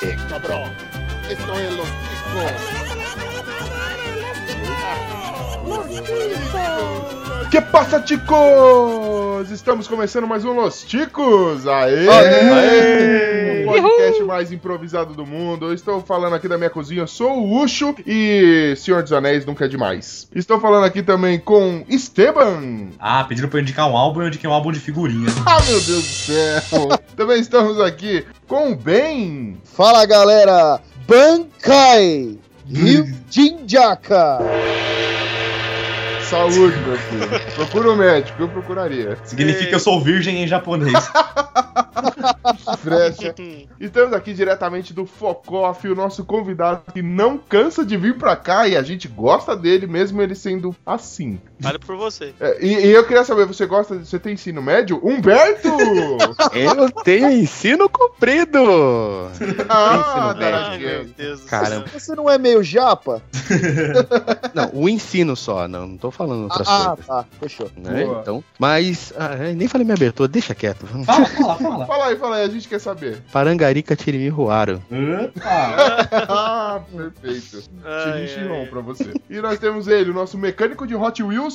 ¡Cállate, cabrón! Esto es los discos. Que passa, ticos? Estamos começando mais um Los Ticos! Aê! Aê! O podcast mais improvisado do mundo. Eu estou falando aqui da minha cozinha, eu sou o Ucho e Senhor dos Anéis nunca é demais. Estou falando aqui também com Esteban. Ah, pediram pra eu indicar um álbum, eu indiquei um álbum de figurinha. Ah, meu Deus do céu! também estamos aqui com o Ben. Fala galera, Bankai Jinjaka. Saúde, meu filho. Procura um médico, eu procuraria. Significa que eu sou virgem em japonês. Frecha. Estamos aqui diretamente do Focoff, o nosso convidado que não cansa de vir pra cá e a gente gosta dele, mesmo ele sendo assim. Vale por você. É, e, e eu queria saber, você gosta, você tem ensino médio? Humberto! Eu tenho ensino comprido! ah, tá, Ensino Ai, tadinho. meu Deus do Caramba. céu. Você não é meio japa? Não, o ensino só, não, não tô falando outras Ah, coisas. tá, fechou. Né? boa. Então, mas ah, é, nem falei minha abertura, deixa quieto. Fala, fala, fala. Fala aí, fala aí, a gente quer saber. Parangarica Tirimi Ruaro. Opa. ah, perfeito. Ai, Chirichiron ai. pra você. E nós temos ele, o nosso mecânico de Hot Wheels,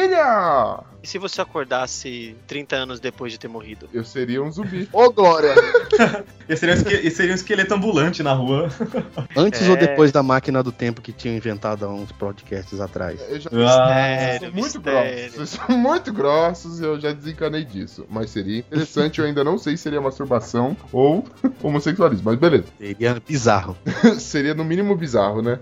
Bonilha! E se você acordasse 30 anos depois de ter morrido? Eu seria um zumbi. Ô, Glória! Esse seria, um esque- esse seria um esqueleto ambulante na rua. Antes É. ou depois da máquina do tempo que tinham inventado há uns podcasts atrás? Eu já Ah, Sério, muito mistério. grossos. Vocês são muito grossos, eu já desencanei disso. Mas seria interessante, eu ainda não sei se seria masturbação ou homossexualismo, mas beleza. Seria bizarro. seria no mínimo bizarro, né?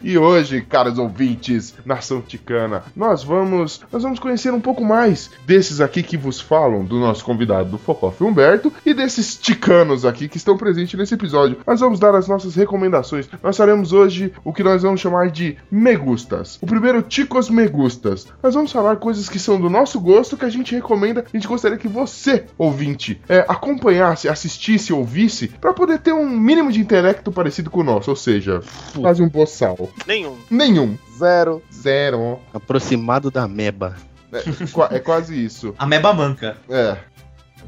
e hoje, caros ouvintes, nação ticana, nós vamos, nós vamos conhecer um pouco mais desses aqui que vos falam, do nosso convidado do Focoff Humberto e desses ticanos aqui que estão presentes nesse episódio. Nós vamos dar as nossas recomendações. Nós faremos hoje o que nós vamos chamar de megustas. O primeiro ticos megustas. Nós vamos falar coisas que são do nosso gosto que a gente recomenda. A gente gostaria que você, ouvinte, é, acompanhasse, assistisse, ouvisse pra poder ter um mínimo de intelecto parecido com o nosso, ou seja, quase um boçal. Nenhum. Nenhum. Zero. Zero. Aproximado da meba. Qua- é quase isso. Ameba manca. É.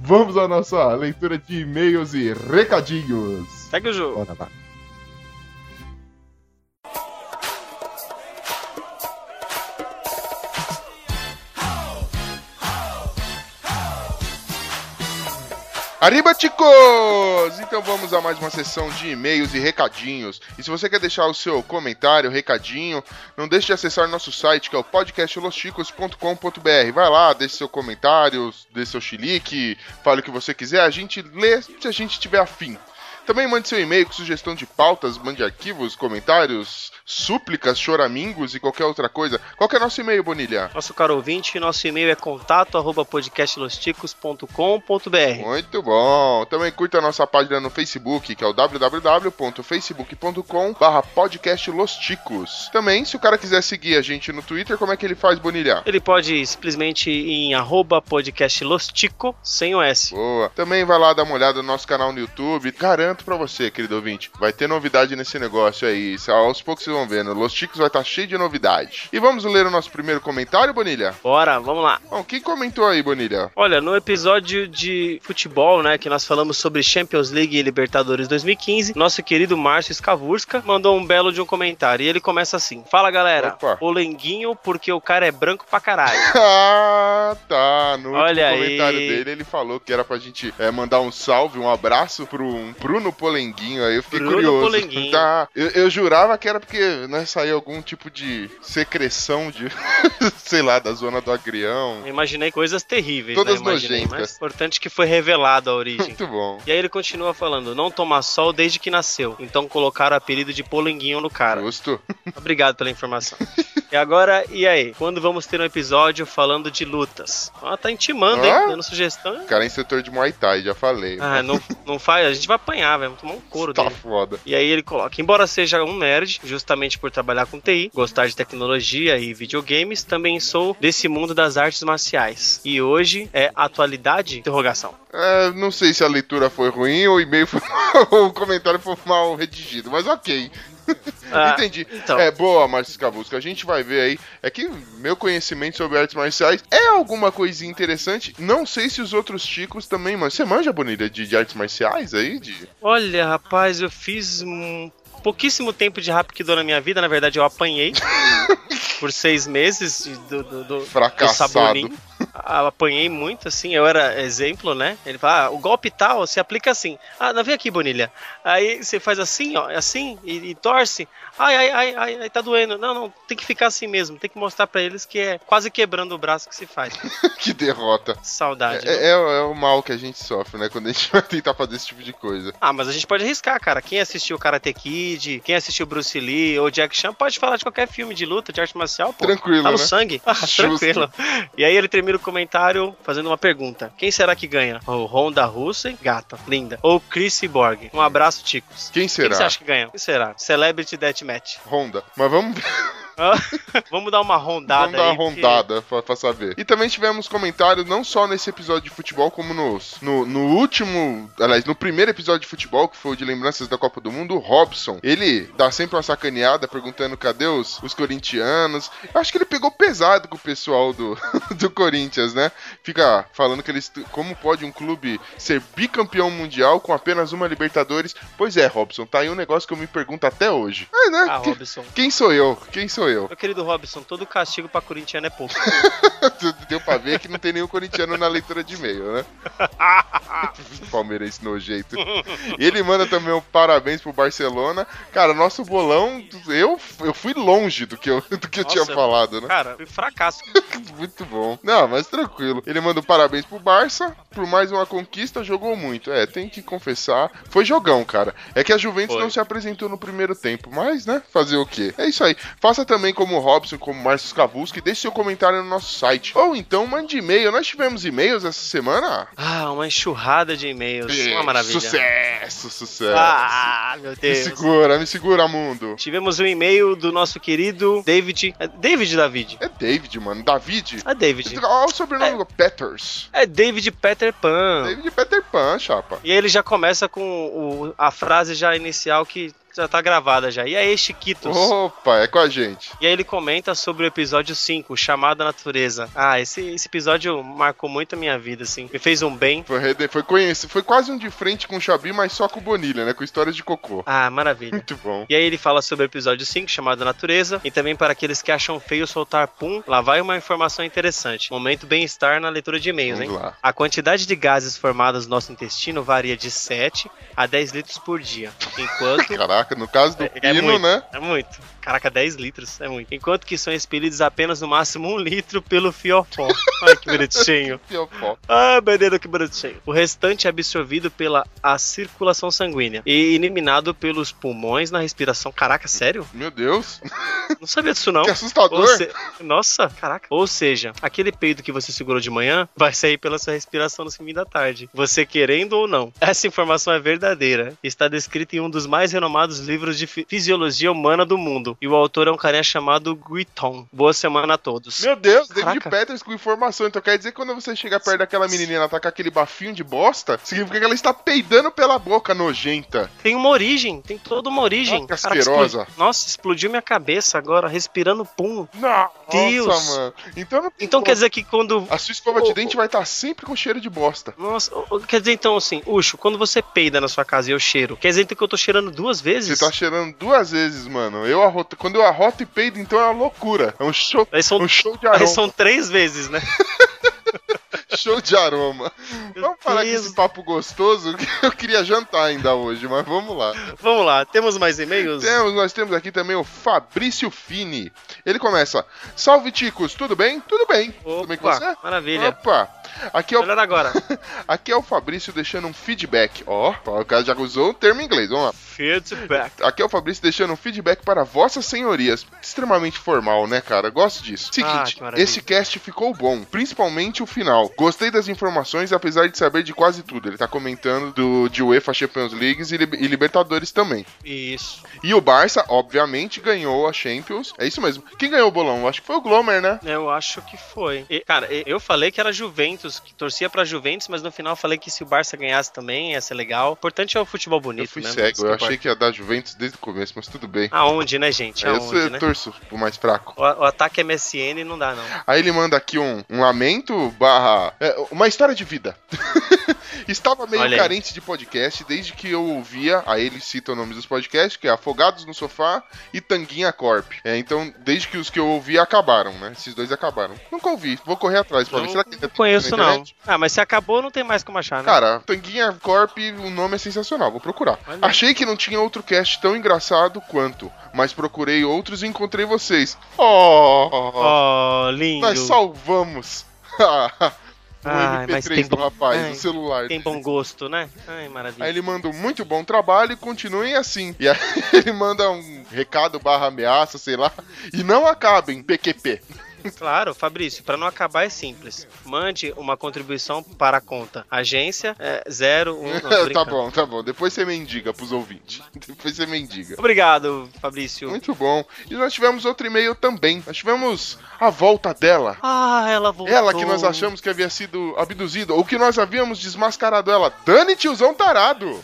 Vamos à nossa leitura de e-mails e recadinhos. Segue o jogo. Bora lá. Arriba, ticos! Então vamos a mais uma sessão de e-mails e recadinhos. E se você quer deixar o seu comentário, recadinho, não deixe de acessar nosso site, que é o podcastlosticos.com.br. Vai lá, deixe seu comentário, deixe seu chilique, fale o que você quiser, a gente lê se a gente tiver afim. Também mande seu e-mail com sugestão de pautas, mande arquivos, comentários, súplicas, choramingos e qualquer outra coisa. Qual que é nosso e-mail, Bonilha? Nosso caro ouvinte, nosso e-mail é contato arroba podcastlosticos.com.br. Muito bom. Também curta a nossa página no Facebook, que é o www.facebook.com barra Também, se o cara quiser seguir a gente no Twitter, como é que ele faz, Bonilha? Ele pode simplesmente ir em arroba podcastlostico, sem o S. Boa. Também vai lá dar uma olhada no nosso canal no YouTube. Garanto pra você, querido ouvinte, vai ter novidade nesse negócio aí. Aos poucos vocês vão vendo. Los Chicos vai estar cheio de novidade. E vamos ler o nosso primeiro comentário, Bonilha? Bora, vamos lá. Bom, quem comentou aí, Bonilha? Olha, no episódio de futebol, né, que nós falamos sobre Champions League e Libertadores 2015, nosso querido Márcio Scavurska mandou um belo de um comentário e ele começa assim: Fala galera, Opa. o Lenguinho, porque o cara é branco pra caralho. Ah, tá. No Olha último comentário aí. dele, ele falou que era pra gente é, mandar um salve, um abraço pro um Bruno Polenguinho. Aí eu fiquei Bruno curioso. Polenguinho. Tá. Eu, eu jurava que era porque né, saiu algum tipo de secreção de, sei lá, da zona do agrião. Eu imaginei coisas terríveis, Todas né? Imaginei, nojentas. mas importante que foi revelado a origem. Muito bom. E aí ele continua falando, não toma sol desde que nasceu. Então colocaram o apelido de polenguinho no cara. Justo. Obrigado pela informação. E agora, e aí? Quando vamos ter um episódio falando de lutas? Ah, tá intimando, hein? Ah? Dando sugestão. O cara é instrutor de Muay Thai, já falei. Ah, não, não faz, a gente vai apanhar, velho. Vamos tomar um couro tá dele. foda. E aí ele coloca, embora seja um nerd, justamente por trabalhar com TI, gostar de tecnologia e videogames, também sou desse mundo das artes marciais. E hoje é atualidade? Interrogação. É, não sei se a leitura foi ruim ou o e-mail foi... ou o comentário foi mal redigido, mas ok. Ah, Entendi. então. É boa, Márcio Scavusca. A gente vai ver aí. É que meu conhecimento sobre artes marciais é alguma coisinha interessante. Não sei se os outros chicos também, mas você manja, Bonilha, de, de artes marciais aí? De... Olha, rapaz, eu fiz um pouquíssimo tempo de Rapkido na minha vida. Na verdade, eu apanhei por seis meses de- do, do, do, do Fracassado. Sabonin. Ah, Apanhei muito, assim. Eu era exemplo, né? Ele fala, ah, o golpe tal, você aplica assim. Ah, não, vem aqui, Bonilha. Aí você faz assim, ó, assim, e, e torce. Ai, ai, ai, ai, ai, tá doendo. Não, não, tem que ficar assim mesmo. Tem que mostrar pra eles que é quase quebrando o braço que se faz. que derrota. Saudade. É, é- é o mal que a gente sofre, né? Quando a gente vai tentar fazer esse tipo de coisa. Ah, mas a gente pode arriscar, cara. Quem assistiu Karate Kid, quem assistiu Bruce Lee ou Jack Chan, pode falar de qualquer filme de luta, de arte marcial, pô. Tranquilo, Tá no né? sangue? Ah, Justo. tranquilo. E aí ele termina o comentário fazendo uma pergunta. Quem será que ganha? O Honda Russen, gata, linda. Ou Chris Borg? Um abraço, Ticos. Quem Quem será? que você acha que ganha? Quem será? Celebrity Deathmatch. Honda. Mas vamos Ah, Vamos dar uma rondada Vamos dar uma aí, porque- rondada pra, pra saber. E também tivemos comentário não só nesse episódio de futebol, como nos, no, no último, aliás, no primeiro episódio de futebol, que foi o de lembranças da Copa do Mundo, o Robson. Ele dá sempre uma sacaneada perguntando cadê os, os corintianos. Eu acho que ele pegou pesado com o pessoal do, do Corinthians, né? Fica falando que eles. Como pode um clube ser bicampeão mundial com apenas uma Libertadores? Pois é, Robson, tá aí um negócio que eu me pergunto até hoje. É, né? Ah, Que- Robson. Quem sou eu? Quem sou eu? Meu querido Robson, todo castigo pra corintiano é pouco. Tu- Deu pra ver que não tem nenhum corintiano na leitura de e-mail, né? Palmeirense nojento. E ele manda também um parabéns pro Barcelona. Cara, nosso bolão, eu, eu fui longe do que eu, do que eu Nossa. tinha falado, né? Cara, foi fracasso. Muito bom. Não, mas tranquilo. Ele manda um parabéns pro Barça, por mais uma conquista, jogou muito. É, tem que confessar. Foi jogão, cara. É que a Juventus Foi. não se apresentou no primeiro tempo, mas, né, fazer o quê? É isso aí. Faça também como o Robson, como o Márcio Cavusca e deixe seu comentário no nosso site. Ou então mande e-mail. Nós tivemos e-mails essa semana? Ah, uma enxurrada de e-mails. Uma É, maravilha. Sucesso, sucesso. Ah, meu me Deus. segura, me segura, mundo. Tivemos um e-mail do nosso querido David. É David David? É David, mano. David. É David. Olha o sobrenome Peters. É David Peter Pan. David Peter Pan, chapa. E aí ele já começa com o- a frase já inicial que já tá gravada já. E aí, Chiquitos? Opa, é com a gente. E aí ele comenta sobre o episódio 5, Chamada Natureza. Ah, esse, esse episódio marcou muito a minha vida, assim. Me fez um bem. Foi, rede- foi, conhece- foi quase um de frente com o Xabi, mas só com o Bonilha, né? Com histórias de cocô. Ah, maravilha. Muito bom. E aí ele fala sobre o episódio 5, chamado Natureza, e também para aqueles que acham feio soltar pum, lá vai uma informação interessante. Momento bem-estar na leitura de e-mails, hein? Vamos lá. A quantidade de gases formados no nosso intestino varia de 7 a 10 litros por dia. Enquanto. Caraca, no caso do É- é Pino, muito. né? É muito. Caraca, 10 litros é muito. Enquanto que são expelidos apenas no máximo 1 litro pelo fiofó. Ai, que bonitinho. Pior foto. Ah, Benedito, que bonitinho. O restante é absorvido pela a circulação sanguínea e eliminado pelos pulmões na respiração. Caraca, sério? Meu Deus, Não sabia disso, não. que assustador. Ou se- Nossa, caraca. Ou seja, aquele peido que você segurou de manhã vai sair pela sua respiração no fim da tarde, você querendo ou não. Essa informação é verdadeira. Está descrita em um dos mais renomados livros de fi- fisiologia humana do mundo. E o autor é um carinha chamado Guiton. Boa semana a todos. Meu Deus, David Caraca. Peters com informação. Então quer dizer que quando você chegar perto daquela menininha e ela tá com aquele bafinho de bosta, significa que ela está peidando pela boca nojenta. Tem uma origem, tem toda uma origem. Ah, Caraca, casqueirosa. explodi- Nossa, explodiu minha cabeça agora, respirando pum. Nossa, Deus. mano. Então, não tem Então como. quer dizer que quando A sua escova de Ô, dente vai estar sempre com cheiro de bosta. Nossa, o- o- quer dizer então assim, Ucho, quando você peida na sua casa e eu cheiro, quer dizer então que eu tô cheirando duas Você vezes? tá cheirando duas vezes, mano. Eu arroto, quando eu arroto e peido, então é uma loucura. É um show, Aí são, um show de aí aroma. são três vezes, né? Show de aroma. Meu Vamos parar com Deus. esse papo gostoso que eu queria jantar ainda hoje, mas vamos lá. Vamos lá, temos mais e-mails? Temos, nós temos aqui também o Fabrício Fini. Ele começa: Salve, Ticos, tudo bem? Tudo bem. Tudo bem com você? Opa, maravilha. Opa! Aqui é, o, Melhor agora. aqui é o Fabrício deixando um feedback. Ó, o cara já usou o termo em inglês, vamos lá. Feedback. Aqui é o Fabrício deixando um feedback para vossas senhorias. Extremamente formal, né, cara? Gosto disso. Ah, Seguinte, que maravilha. esse cast ficou bom, principalmente o final. Gostei das informações, apesar de saber de quase tudo. Ele tá comentando do, de UEFA Champions Leagues e, Lib- e Libertadores também. Isso. E o Barça, obviamente, ganhou a Champions. É isso mesmo. Quem ganhou o bolão? Acho que foi o Glomer, né? Eu acho que foi. E, cara, e- eu falei que era Juventus outros que torcia pra Juventus, mas no final falei que se o Barça ganhasse também ia ser legal. O importante é o futebol bonito, Eu fui né? Isso cego, que eu importa. achei que ia dar Juventus desde o começo, mas tudo bem. Aonde, né, gente? Aí eu Aonde, sou- né? eu torço pro mais fraco. O, o ataque MSN não dá, não. Aí ele manda aqui um, um lamento barra. é, uma história de vida. Estava meio Olha aí. carente de podcast desde que eu ouvia, aí ele cita o nome dos podcasts, que é Afogados no Sofá e Tanguinha Corp. É, então, desde que os que eu ouvi acabaram, né? Esses dois acabaram. Nunca ouvi, vou correr atrás pra ver. Não- Será que ainda Não tem conheço, na não. internet? Ah, mas se acabou, não tem mais como achar, né? Cara, Tanguinha Corp, o nome é sensacional, vou procurar. Olha. Achei que não tinha outro cast tão engraçado quanto, mas procurei outros e encontrei vocês. Oh! Ó, lindo. Nós salvamos o Ai, mas MP3 tem do bom- rapaz, Ai, do celular. Tem bom gosto, né? Ai, maravilha. Aí ele manda um muito bom trabalho e continuem assim. E aí ele manda um recado barra ameaça, sei lá. E não acabem, PQP. Claro, Fabrício, para não acabar é simples. Mande uma contribuição para a conta. Agência é 01. não, tô tá brincando. bom, tá bom. Depois você mendiga pros ouvintes. Depois você mendiga. Obrigado, Fabrício. Muito bom. E nós tivemos outro e-mail também. Nós tivemos a volta dela. Ah, ela voltou. Ela que nós achamos que havia sido abduzida, ou que nós havíamos desmascarado ela. Dani tiozão tarado!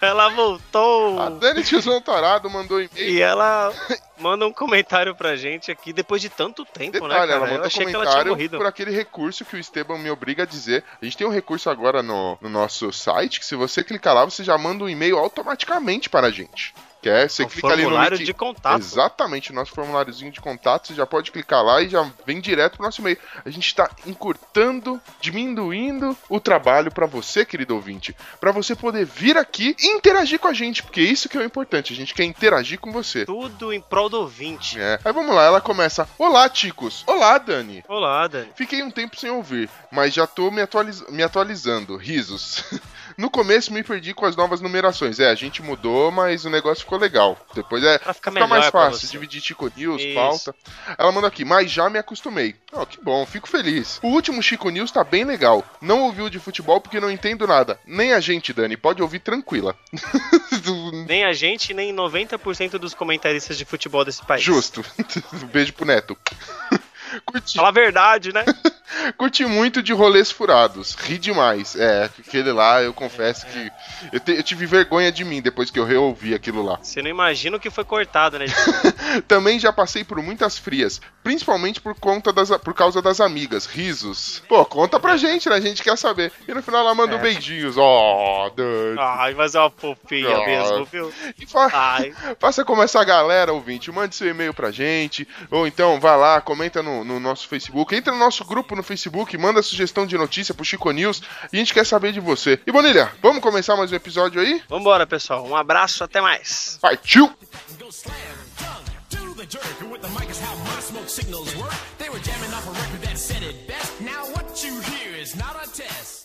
Ela voltou. A Dani tiozão tarado mandou e-mail. E ela manda um comentário pra gente aqui depois de tanto tempo, né, Detalhe, cara? ela Eu mandou achei que ela tinha comentário morrido. por aquele recurso que o Esteban me obriga a dizer. A gente tem um recurso agora no, no nosso site que se você clicar lá, você já manda um e-mail automaticamente para a gente. Que é, você Um clica ali no formulário link. de contato. Exatamente, o nosso formuláriozinho de contato, você já pode clicar lá e já vem direto pro nosso e-mail. A gente está encurtando, diminuindo o trabalho para você, querido ouvinte, para você poder vir aqui e interagir com a gente, porque isso que é o importante, a gente quer interagir com você. Tudo em prol do ouvinte. É. Aí vamos lá, ela começa: Olá, Ticos. Olá, Dani. Olá, Dani. Fiquei um tempo sem ouvir, mas já tô me, atualiz- me atualizando. Risos. No começo me perdi com as novas numerações. É, a gente mudou, mas o negócio ficou legal. Depois é. Pra ficar Fica melhor mais pra fácil, você. dividir Chico News, Isso. pauta. Ela manda aqui, mas já me acostumei. Oh, que bom, fico feliz. O último Chico News tá bem legal. Não ouviu de futebol porque não entendo nada. Nem a gente, Dani, pode ouvir tranquila. Nem a gente, nem 90% dos comentaristas de futebol desse país. Justo. Beijo pro Neto. Curti. Fala a verdade, né? Curti muito de rolês furados, ri demais. É, aquele lá, eu confesso que eu, te- eu tive vergonha de mim depois que eu reouvi aquilo lá. Você não imagina o que foi cortado, né? gente? Também já passei por muitas frias, principalmente por conta das, por causa das amigas, risos. Pô, conta pra gente, né? A gente quer saber. E no final ela manda um beijinhos. Ó, Dani. Ai, mas é uma fofinha Ah. mesmo, viu? E fa- Ai, Faça como essa galera, ouvinte. Mande seu e-mail pra gente. Ou então vá lá, comenta no, no nosso Facebook. Entra no nosso grupo no Facebook, manda sugestão de notícia pro Chico News. E a gente quer saber de você. E Bonilha, vamos começar mais um episódio aí? vambora, pessoal. Um abraço, até mais. Partiu! go slam dunk to the jerk. And with the mic is how my smoke signals work. They were jamming off a record that said it best. Now what you hear is not a test.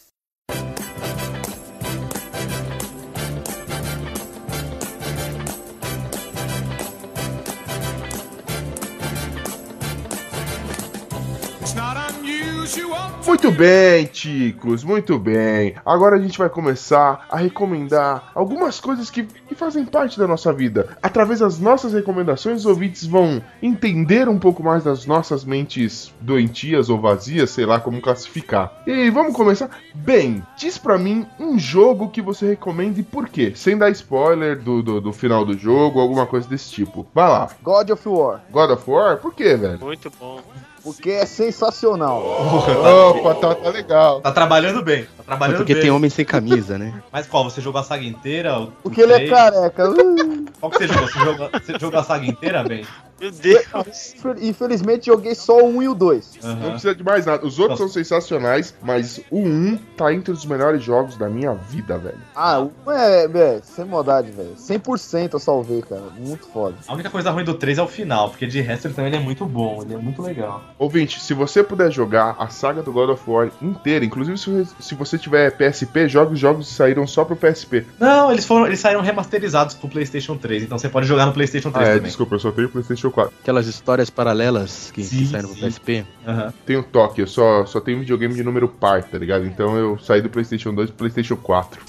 It's not unusual Muito bem, ticos, muito bem. Agora a gente vai começar a recomendar algumas coisas que, que fazem parte da nossa vida. Através das nossas recomendações, os ouvintes vão entender um pouco mais das nossas mentes doentias ou vazias, sei lá como classificar. E vamos começar? Bem, diz pra mim um jogo que você recomenda e por quê? Sem dar spoiler do, do, do final do jogo, alguma coisa desse tipo. Vai lá. God of War, God of War? Por quê, velho? Muito bom. porque é sensacional. Opa, tá, tá legal. Tá trabalhando bem, tá Mas trabalhando porque bem. tem um- homem sem camisa, né? Mas qual? Você jogou a saga inteira? O, Porque ele é três? careca. Uh, Qual que você jogou? Você jogou, você jogou a saga inteira, bem? Meu Deus. infel- Infelizmente joguei só o 1 e o 2. Não Aham. precisa de mais nada. Os outros Nossa. são sensacionais, mas o 1 tá entre os melhores jogos da minha vida, velho. Ah, um é, velho, sem maldade, velho. 100% eu salvei, cara. Muito foda. A única coisa ruim do 3 é o final, porque de resto ele também é muito bom, ele é muito legal. Ouvinte, se você puder jogar a saga do God of War inteira, inclusive se, se você tiver PSP, joga os jogos que saíram só pro PSP. Não, eles foram, eles saíram remasterizados pro PlayStation 3, então você pode jogar no PlayStation 3 Ah, é, também. desculpa, eu só tenho PlayStation 4. Aquelas histórias paralelas que, que Sim, saíram sim. pro PSP. Aham. Tenho toque, eu só, só tenho videogame de número par, tá ligado? Então eu saí do PlayStation 2 pro PlayStation 4.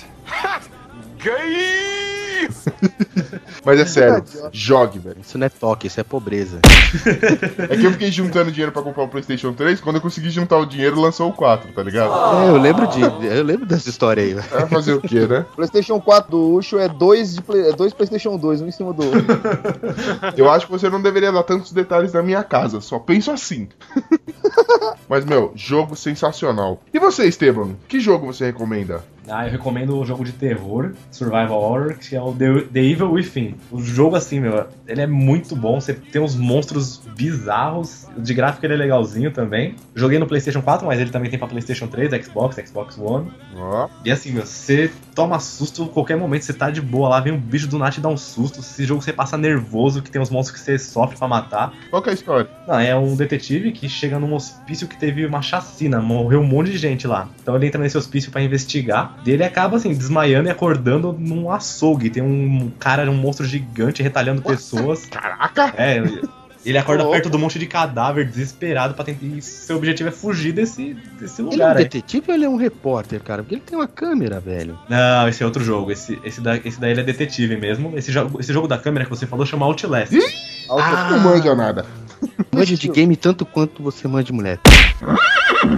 Gay Mas é sério, jogue, velho. Isso não é toque, isso é pobreza. É que eu fiquei juntando dinheiro pra comprar o PlayStation 3. Quando eu consegui juntar o dinheiro, lançou o 4, tá ligado? É, eu lembro de. Eu lembro dessa história aí, velho. É fazer o quê, né? PlayStation 4 do Ucho é dois, de play- é dois PlayStation 2, um em cima do outro. Eu acho que você não deveria dar tantos detalhes da minha casa, só penso assim. Mas, meu, jogo sensacional. E você, Esteban, que jogo você recomenda? Ah, eu recomendo o jogo de terror, Survival Horror, que é o The, The Evil Within. O jogo, assim, meu, ele é muito bom. Você tem uns monstros bizarros. De gráfico ele é legalzinho também. Joguei no PlayStation 4, mas ele também tem pra PlayStation 3, Xbox, Xbox One. Ó, E assim, meu, você toma susto a qualquer momento. Você tá de boa lá, vem um bicho do nada e dá um susto. Esse jogo você passa nervoso, que tem uns monstros que você sofre pra matar. qual que é a história? Não, é um detetive que chega num hospício que teve uma chacina, morreu um monte de gente lá. Então ele entra nesse hospício pra investigar, e ele acaba assim, desmaiando e acordando num açougue. Tem um cara, um monstro gigante retalhando pessoas. Caraca! É, ele acorda Louco. perto de um monte de cadáver, desesperado, pra tentar. E seu objetivo é fugir desse, desse Ele é um lugar aí. detetive ou ele é um repórter, cara? Porque ele tem uma câmera, velho. Não, esse é outro jogo. Esse, esse, da, esse daí ele é detetive mesmo. Esse, jogo- esse jogo da câmera que você falou chama Outlast. Alto- Não manja nada. Manja de game tanto quanto você manja de mulher.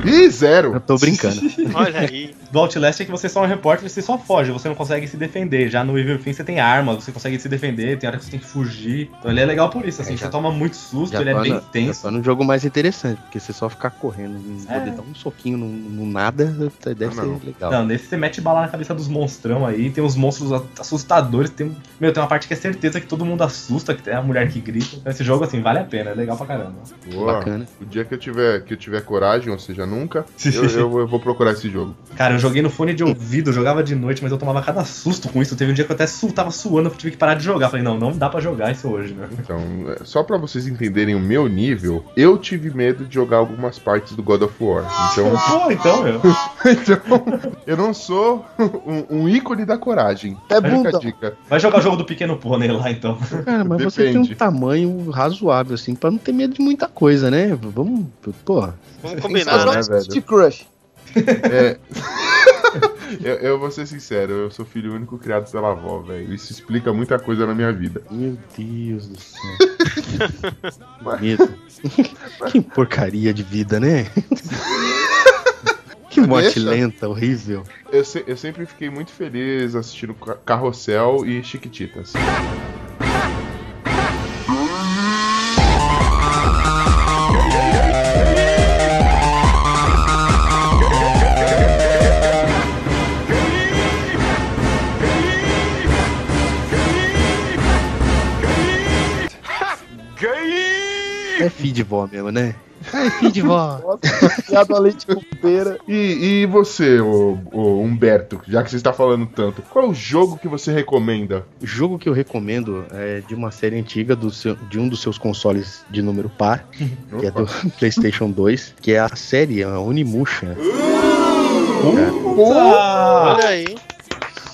Ih, zero! Eu tô brincando. Olha aí. do Outlast é que você só é um repórter e você só foge, você não consegue se defender. Já no Evil Within você tem arma, você consegue se defender, tem hora que você tem que fugir. Então ele é legal por isso, assim, É, já- você toma muito susto, Já ele é tá bem na- tenso. já tá num jogo mais interessante, porque você só ficar correndo, não É. poder dar um soquinho no, no nada, tá- deve Ah, não. ser legal. Não, nesse você mete bala na cabeça dos monstrão aí, tem uns monstros a- assustadores, tem, um- meu, tem uma parte que é certeza que todo mundo assusta, que tem a mulher que grita. Então esse jogo, assim, vale a pena, é legal pra caramba. Boa. Bacana. O dia que eu tiver, que eu tiver coragem, ou seja, nunca, eu, eu- eu vou procurar esse jogo. Cara, eu joguei no fone de ouvido, eu jogava de noite, mas eu tomava cada susto com isso. Teve um dia que eu até su tava suando, eu tive que parar de jogar. Falei, não, não dá pra jogar isso hoje, né? Então, é, só pra vocês entenderem o meu nível, eu tive medo de jogar algumas partes do God of War. Então, Pô, então, meu. então eu não sou um, um ícone da coragem. Fica É a bunda. dica. Vai jogar o jogo do pequeno pônei lá, então. Cara, mas você tem Depende. um tamanho razoável, assim, pra não ter medo de muita coisa, né? Vamos, pô. Vamos Só combinar, joga né? velho? City Crush. É. Eu, eu vou ser sincero, eu sou filho único criado pela avó, velho. Isso explica muita coisa na minha vida. Meu Deus do céu. que medo. que porcaria de vida, né? que morte Deixa. lenta, horrível. Eu, se- eu sempre fiquei muito feliz assistindo Ca- Carrossel e Chiquititas. É filho de vó mesmo, né? É filho de vó. Nossa, piada leite com pera. E, e você, ô, ô Humberto, já que você está falando tanto, qual é o jogo que você recomenda? O jogo que eu recomendo é de uma série antiga do seu- de um dos seus consoles de número par, que é do PlayStation 2, que é a série a Onimusha. Ah, Olha aí.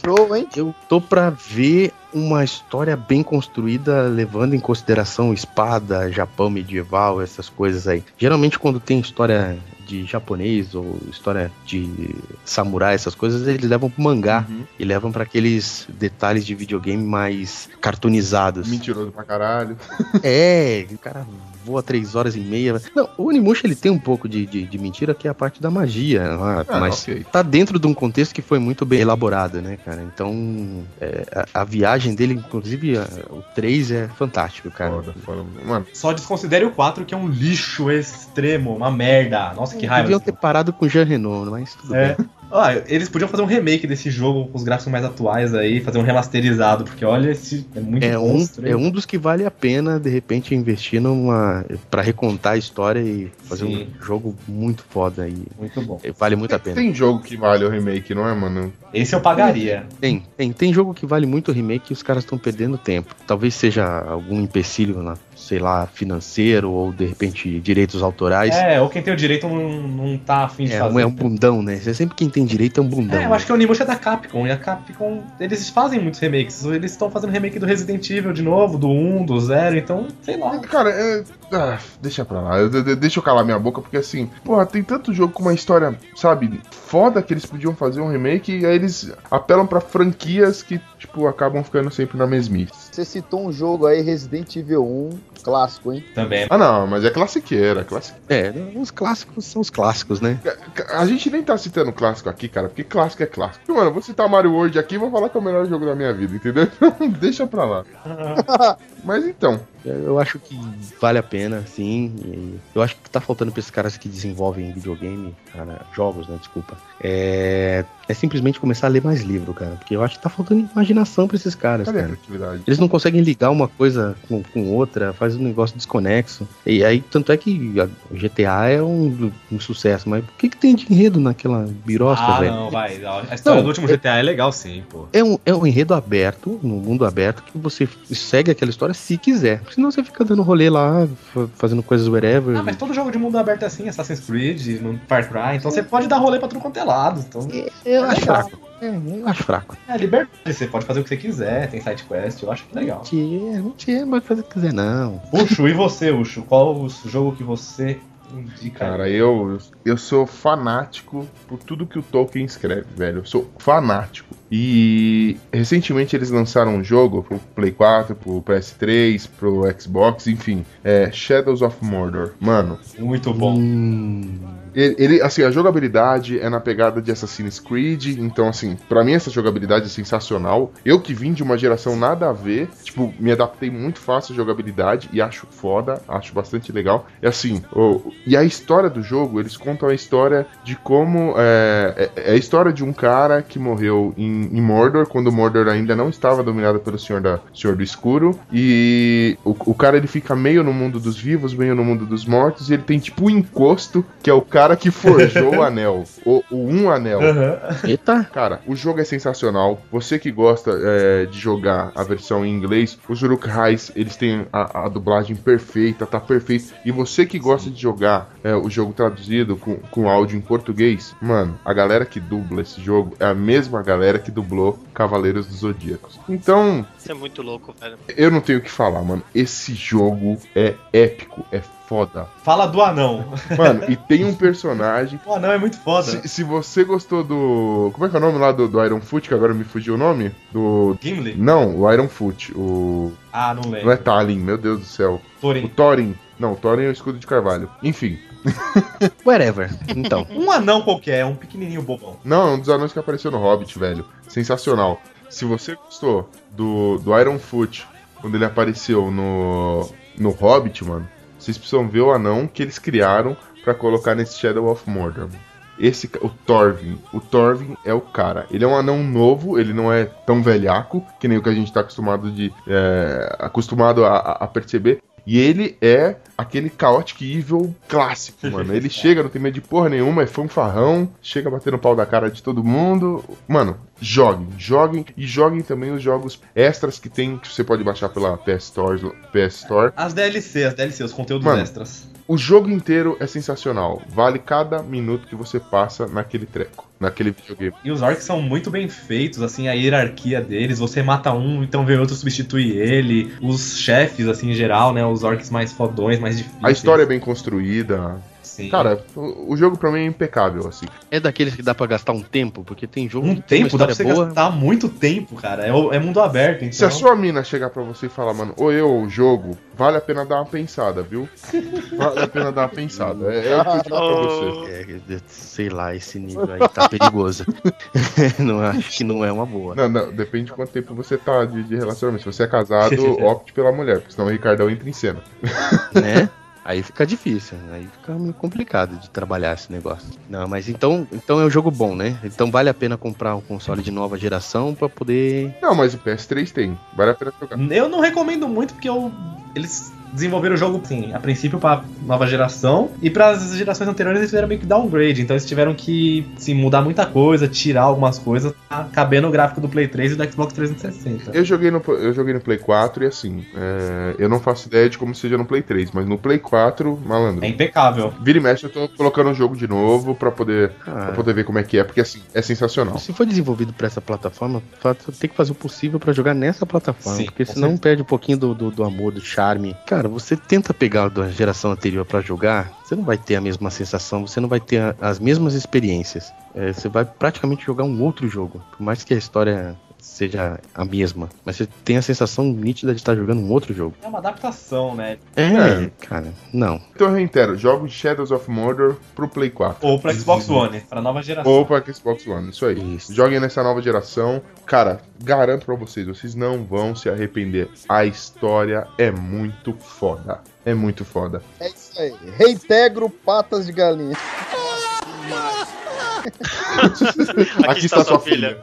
Show, hein? Eu tô pra ver uma história bem construída, levando em consideração espada, Japão medieval, essas coisas aí. Geralmente, quando tem história de japonês ou história de samurai, essas coisas, eles levam pro mangá e levam pra aqueles detalhes de videogame mais cartoonizados. Mentiroso pra caralho. É, o cara voa três horas e meia. Não, o Onimusha ele tem um pouco de, de, de mentira, que é a parte da magia, lá, Ah, mas ok. tá dentro de um contexto que foi muito bem elaborado, né, cara? Então, é, a, a viagem dele, inclusive a- o 3 é fantástico, cara. Foda, foda. Mano, Só desconsidere o 4, que é um lixo extremo, uma merda. Nossa, que raiva. Deviam ter parado com o Jean Renault, mas tudo É. bem. Ah, eles podiam fazer um remake desse jogo com os gráficos mais atuais aí, fazer um remasterizado, porque olha, esse é muito É um, monstro, hein? é um dos que vale a pena, de repente, investir numa. pra recontar a história e fazer Sim. um jogo muito foda aí. Muito bom. Vale muito a pena. tem jogo que vale o remake, não é, mano? Esse eu pagaria. Tem, tem. Tem jogo que vale muito o remake e os caras estão perdendo tempo. Talvez seja algum empecilho, na- sei lá, financeiro ou de repente direitos autorais. É, É, ou quem tem o direito não, não tá afim de um, fazer. é um bundão, né? É sempre quem tem direito a um bundão. É, eu acho que o Onimusha é da Capcom, e a Capcom, eles fazem muitos remakes, eles estão fazendo remake do Resident Evil de novo, do 1, do 0, então, sei lá. Cara, é- ah, deixa pra lá. Eu- de- deixa eu calar minha boca, porque assim, porra, tem tanto jogo com uma história, sabe, foda que eles podiam fazer um remake e aí eles apelam pra franquias que, tipo, acabam ficando sempre na mesmice. Você citou um jogo aí, Resident Evil 1, clássico, hein? Também. Ah, não, mas é classiqueira, classiqueira. É, os clássicos são os clássicos, né? A gente nem tá citando clássico aqui, cara, porque clássico é clássico. E, Mano, eu vou citar Mario World aqui e vou falar que é o melhor jogo da minha vida, entendeu? Então, deixa pra lá. Mas então, Eu acho que vale a pena, sim. E Eu acho que tá faltando pra esses caras que desenvolvem videogame, cara, jogos, né? Desculpa. É, é simplesmente começar a ler mais livro, cara. Porque eu acho que tá faltando imaginação pra esses caras, cadê a cara. criatividade? Eles não conseguem ligar uma coisa com, com outra, faz um negócio desconexo. E aí, tanto é que a GTA é um, um sucesso, mas o que, que tem de enredo naquela birosca, ah, velho? não, vai. não. A história Não, do último GTA é legal sim, pô. É um, é um enredo aberto, no mundo aberto, que você segue aquela história se quiser. Senão você fica dando rolê lá, fa- fazendo coisas wherever. Ah, mas todo jogo de mundo aberto é assim, Assassin's Creed, no Far Cry, então você pode dar rolê pra tudo quanto é lado. Então, Eu acho legal. fraco. É, eu acho fraco. é liberdade, você pode fazer o que você quiser, tem side quest, eu acho que é legal. Mentira, mentira, mas fazer o que quiser, não. Ucho, e você, Ucho? Qual o jogo que você indica? Cara, eu, eu sou fanático por tudo que o Tolkien escreve, velho. Eu sou fanático. E recentemente eles lançaram um jogo pro Play 4, pro PS3, pro Xbox, enfim. É Shadows of Mordor. Mano, Muito bom. Hum, ele, ele- assim, a jogabilidade é na pegada de Assassin's Creed, então assim, pra mim essa jogabilidade é sensacional. Eu que vim de uma geração nada a ver, tipo, me adaptei muito fácil à jogabilidade e acho foda, acho bastante legal. E assim, o- e a história do jogo, eles contam a história de como é, é- é a história de um cara que morreu em, em Mordor, quando Mordor ainda não estava dominado pelo Senhor, da, Senhor do Escuro, e o, o cara ele fica meio no mundo dos vivos, meio no mundo dos mortos, e ele tem tipo um encosto, que é o cara que forjou o anel, o, o Um Anel. Aham. eita, Cara, o jogo é sensacional. Você que gosta é, de jogar a versão em inglês, os Uruk-hais, eles têm a, a dublagem perfeita, tá perfeito. E você que gosta de jogar é, o jogo traduzido com, com áudio em português, mano, a galera que dubla esse jogo é a mesma galera que dublou Cavaleiros dos Zodíacos. Então, Isso é muito louco, velho. eu não tenho o que falar, mano. Esse jogo é épico, é foda. Fala do anão. Mano, e tem um personagem. O anão é muito foda. Se, se você gostou do. Como é que é o nome lá do, do Iron Foot, que agora me fugiu o nome? Do, Gimli? não, o Iron Foot. O. Ah, não Não é lembro. Talin, meu Deus do céu. O Porém. Thorin. Não, o Thorin é o escudo de carvalho. Enfim. wherever. Então, Um anão qualquer, um pequenininho bobão. Não, é um dos anões que apareceu no Hobbit, velho. Sensacional. Se você gostou do, do Iron Foot quando ele apareceu no. no Hobbit, mano, vocês precisam ver o anão que eles criaram pra colocar nesse Shadow of Mordor. Esse, ca- o Thorvin. O Thorvin é o cara. Ele é um anão novo, ele não é tão velhaco, que nem o que a gente tá acostumado de. é, acostumado a- a- a perceber. E ele é aquele Chaotic Evil clássico, mano. Ele chega, não tem medo de porra nenhuma, é fanfarrão, chega batendo pau da cara de todo mundo. Mano, joguem, joguem e joguem também os jogos extras que tem, que você pode baixar pela PS Store. PS Store. As DLC, as DLC, os conteúdos Mano. extras. O jogo inteiro é sensacional, vale cada minuto que você passa naquele treco, naquele videogame. E os orcs são muito bem feitos, assim, a hierarquia deles. Você mata um, então vem outro substitui ele. Os chefes, assim, em geral, né? Os orcs mais fodões, mais difíceis. assim. A história é bem construída. Sim. Cara, o o jogo pra mim é impecável, assim. é daqueles que dá pra gastar um tempo, porque tem jogo um que tem uma tempo, dá pra você história boa. gastar muito tempo, cara. É, o- é mundo aberto, então. Se a sua mina chegar pra você e falar, mano, ou eu ou o jogo, vale a pena dar uma pensada, viu? Vale a pena dar uma pensada. É, é o que eu digo Ah, pra você. Oh, É, sei lá, esse nível aí tá perigoso. não acho que não é uma boa. Não, não, depende de quanto tempo você tá de, de relacionamento. Se você é casado, opte pela mulher, porque senão o Ricardão entra em cena. né? Aí fica difícil, aí fica meio complicado de trabalhar esse negócio. Não, mas então, então é um jogo bom, né? Então vale a pena comprar um console de nova geração pra poder. Não, mas o PS3 tem. Vale a pena jogar. Eu não recomendo muito, porque eu- eles desenvolveram o jogo, assim, a princípio pra nova geração, e pras gerações anteriores eles fizeram meio que downgrade, então eles tiveram que, assim, mudar muita coisa, tirar algumas coisas, pra caber no gráfico do Play 3 e do Xbox 360. Eu joguei no, eu joguei no Play 4 e assim, é, eu não faço ideia de como seja no Play 3, mas no Play 4, malandro. É Ah. impecável. Vira e mexe, eu tô colocando o jogo de novo pra poder, ah, pra poder ver como é que é, porque assim, é sensacional. Se for desenvolvido pra essa plataforma, fa- tem que fazer o possível pra jogar nessa plataforma, Sim, porque com senão certeza. perde um pouquinho do, do, do amor, do charme. Cara, você tenta pegar a da geração anterior pra jogar, você não vai ter a mesma sensação, você não vai ter a- as mesmas experiências. É, você vai praticamente jogar um outro jogo, por mais que a história seja a mesma, mas você tem a sensação nítida de estar jogando um outro jogo. É uma adaptação, né? É, É. cara, não. Então eu reitero, jogo Shadows of Mordor pro Play 4. Ou pro Xbox One, pra nova geração. Ou pra Xbox One, isso É aí. Isso. Joguem nessa nova geração. Cara, garanto pra vocês, vocês não vão se arrepender. A história é muito foda. É muito foda. É isso aí. Reintegro patas de galinha. Aqui, está, sua filha.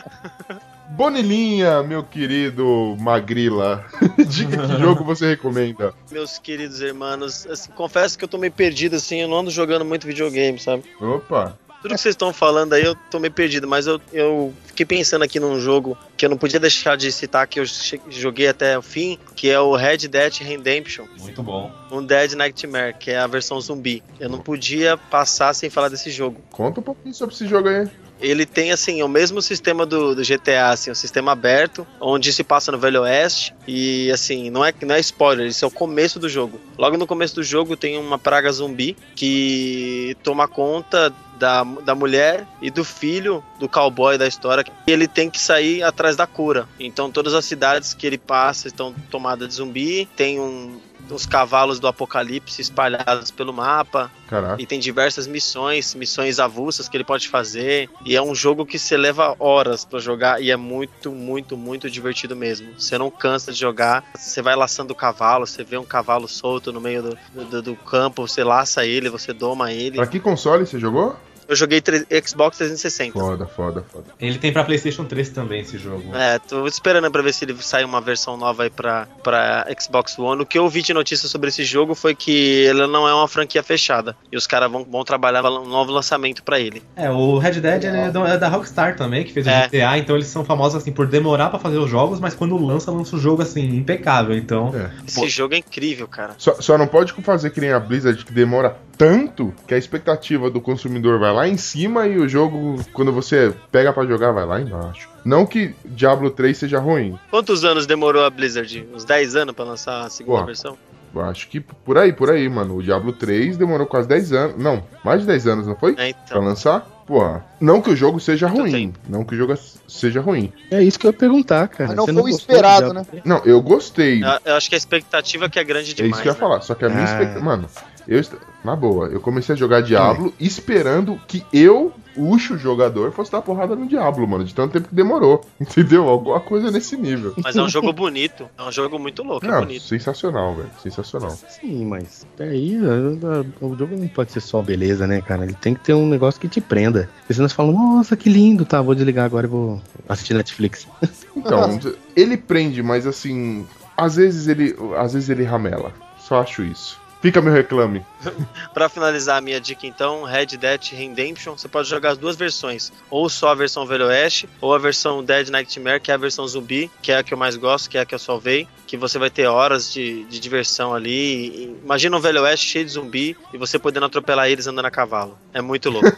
Bonilinha, meu querido Magrila, diga que jogo você recomenda. Meus queridos irmãos, assim, confesso que eu tô meio perdido, assim, eu não ando jogando muito videogame, sabe? Opa, Tudo que vocês estão falando aí, eu tô meio perdido, mas eu, eu fiquei pensando aqui num jogo que eu não podia deixar de citar, que eu che- joguei até o fim, que é o Red Dead Redemption, Muito bom. um Dead Nightmare, que é a versão zumbi. Eu não podia passar sem falar desse jogo. conta um pouquinho sobre esse jogo aí. Ele tem, assim, o mesmo sistema do, do GTA, assim, um sistema aberto, onde se passa no Velho Oeste, e, assim, não é, não é spoiler, isso é o começo do jogo. Logo no começo do jogo tem uma praga zumbi que toma conta da, da mulher e do filho do cowboy da história, que ele tem que sair atrás da cura. Então todas as cidades que ele passa estão tomadas de zumbi, tem um... Os cavalos do apocalipse espalhados pelo mapa, Caraca, e tem diversas missões, missões avulsas que ele pode fazer. E é um jogo que você leva horas pra jogar e é muito, muito, muito divertido mesmo. Você não cansa de jogar. Você vai laçando o cavalo, você vê um cavalo solto no meio do, do, do campo, você laça ele, você doma ele. pra que console você jogou? Eu joguei tre- Xbox 360. Foda, foda, foda. Ele tem pra PlayStation 3 também esse jogo. É, tô esperando pra ver se ele sai uma versão nova aí pra, pra Xbox One. O que eu vi de notícia sobre esse jogo foi que ele não é uma franquia fechada. E os caras vão, vão trabalhar um novo lançamento pra ele. É, o Red Dead ele é, da, é da Rockstar também, que fez É. o GTA, então eles são famosos assim por demorar pra fazer os jogos, mas quando lança, lança o jogo assim, impecável. Então, Esse Pô. jogo é incrível, cara. Só, só não pode fazer que nem a Blizzard que demora tanto que a expectativa do consumidor vai lá em cima e o jogo, quando você pega pra jogar, vai lá embaixo. Não que Diablo 3 seja ruim, Quantos anos demorou a Blizzard? Uns 10 anos pra lançar a segunda Pô. versão? Eu Acho que por aí, por aí, mano. O Diablo 3 demorou quase 10 anos. Não, mais de 10 anos, não foi? Pra É, então. lançar? Porra. Não que o jogo seja Quanto ruim. tempo? Não que o jogo seja ruim. É isso que eu ia perguntar, cara. Mas Ah, não Você foi o gostou do esperado, Diablo um, né? 3? Não, eu gostei. Eu- Eu acho que a expectativa que é grande é demais. isso que eu ia né? falar. Só que a minha Ah. expectativa. Mano, eu. est- Na boa, eu comecei a jogar Diablo esperando que eu, o Ucho jogador, fosse dar porrada no Diablo, mano. De tanto tempo que demorou. Entendeu? Alguma coisa nesse nível. Mas é um jogo bonito. É um jogo muito louco, é Não, bonito. sensacional, velho. Sensacional. Sim, mas aí a- a- o jogo não pode ser só beleza, né, cara? Ele tem que ter um negócio que te prenda. Porque senão você fala, nossa, que lindo, tá, vou desligar agora e vou assistir Netflix. Então, ele prende, mas assim, às vezes ele, às vezes ele ramela. Só acho isso. Fica meu reclame. Pra finalizar a minha dica, então, Red Dead Redemption, você pode jogar as duas versões. Ou só a versão Velho Oeste, ou a versão Dead Nightmare, que é a versão zumbi, que é a que eu mais gosto, que é a que eu salvei. Que você vai ter horas de, de diversão ali. E- e- Imagina um Velho Oeste cheio de zumbi e você podendo atropelar eles andando a cavalo. É muito louco.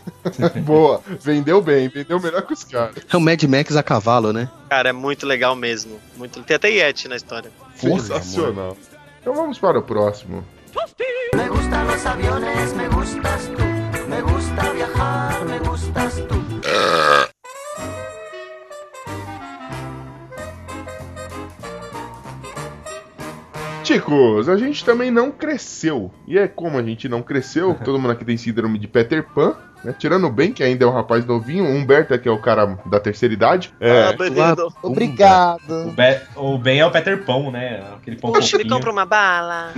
Boa, vendeu bem, vendeu melhor que os caras. É o Mad Max a cavalo, né? Cara, é muito legal mesmo. Muito... Tem até Yeti na história. Porra, Sensacional. Então vamos para o próximo. Me gustan los aviones, me gustas tú. Me gusta viajar, me gustas tú. Chicos, a gente também não cresceu. E é como a gente não cresceu, todo mundo aqui tem síndrome de Peter Pan, né? Tirando o Ben, que ainda é um rapaz novinho, o Humberto, que é o cara da terceira idade. ah, É, Benildo. Obrigado. o, Be- o Ben é o Peter Pão, né? Aquele pão Oxe, me fofinho. compra uma bala.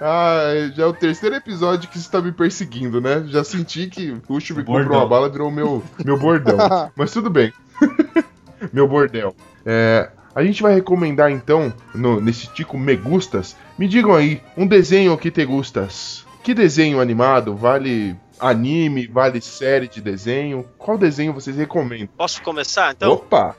ah, já é o terceiro episódio que isso tá me perseguindo, né? Já senti que o Ucho me comprou Bordão. uma bala, virou meu, meu bordão. Mas tudo bem. Meu bordel. É, A gente vai recomendar então, no- nesse Tico Me Gustas, me digam aí, um desenho que te gustas. Que desenho animado? Vale anime? Vale série de desenho? Qual desenho vocês recomendam? Posso começar? Então, Opa!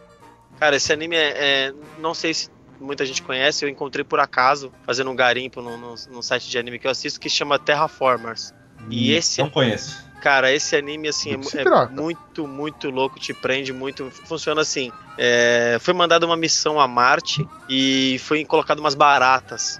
cara, esse anime é, é- Não sei se muita gente conhece, eu encontrei por acaso, fazendo um garimpo num, num- num site de anime que eu assisto, que chama Terraformers. E Hum, esse- Não conheço. Cara, esse anime, assim, é, Do que se mu- é trata? muito, muito louco, te prende muito. Funciona assim: é, foi mandada uma missão a Marte e foi colocado umas baratas.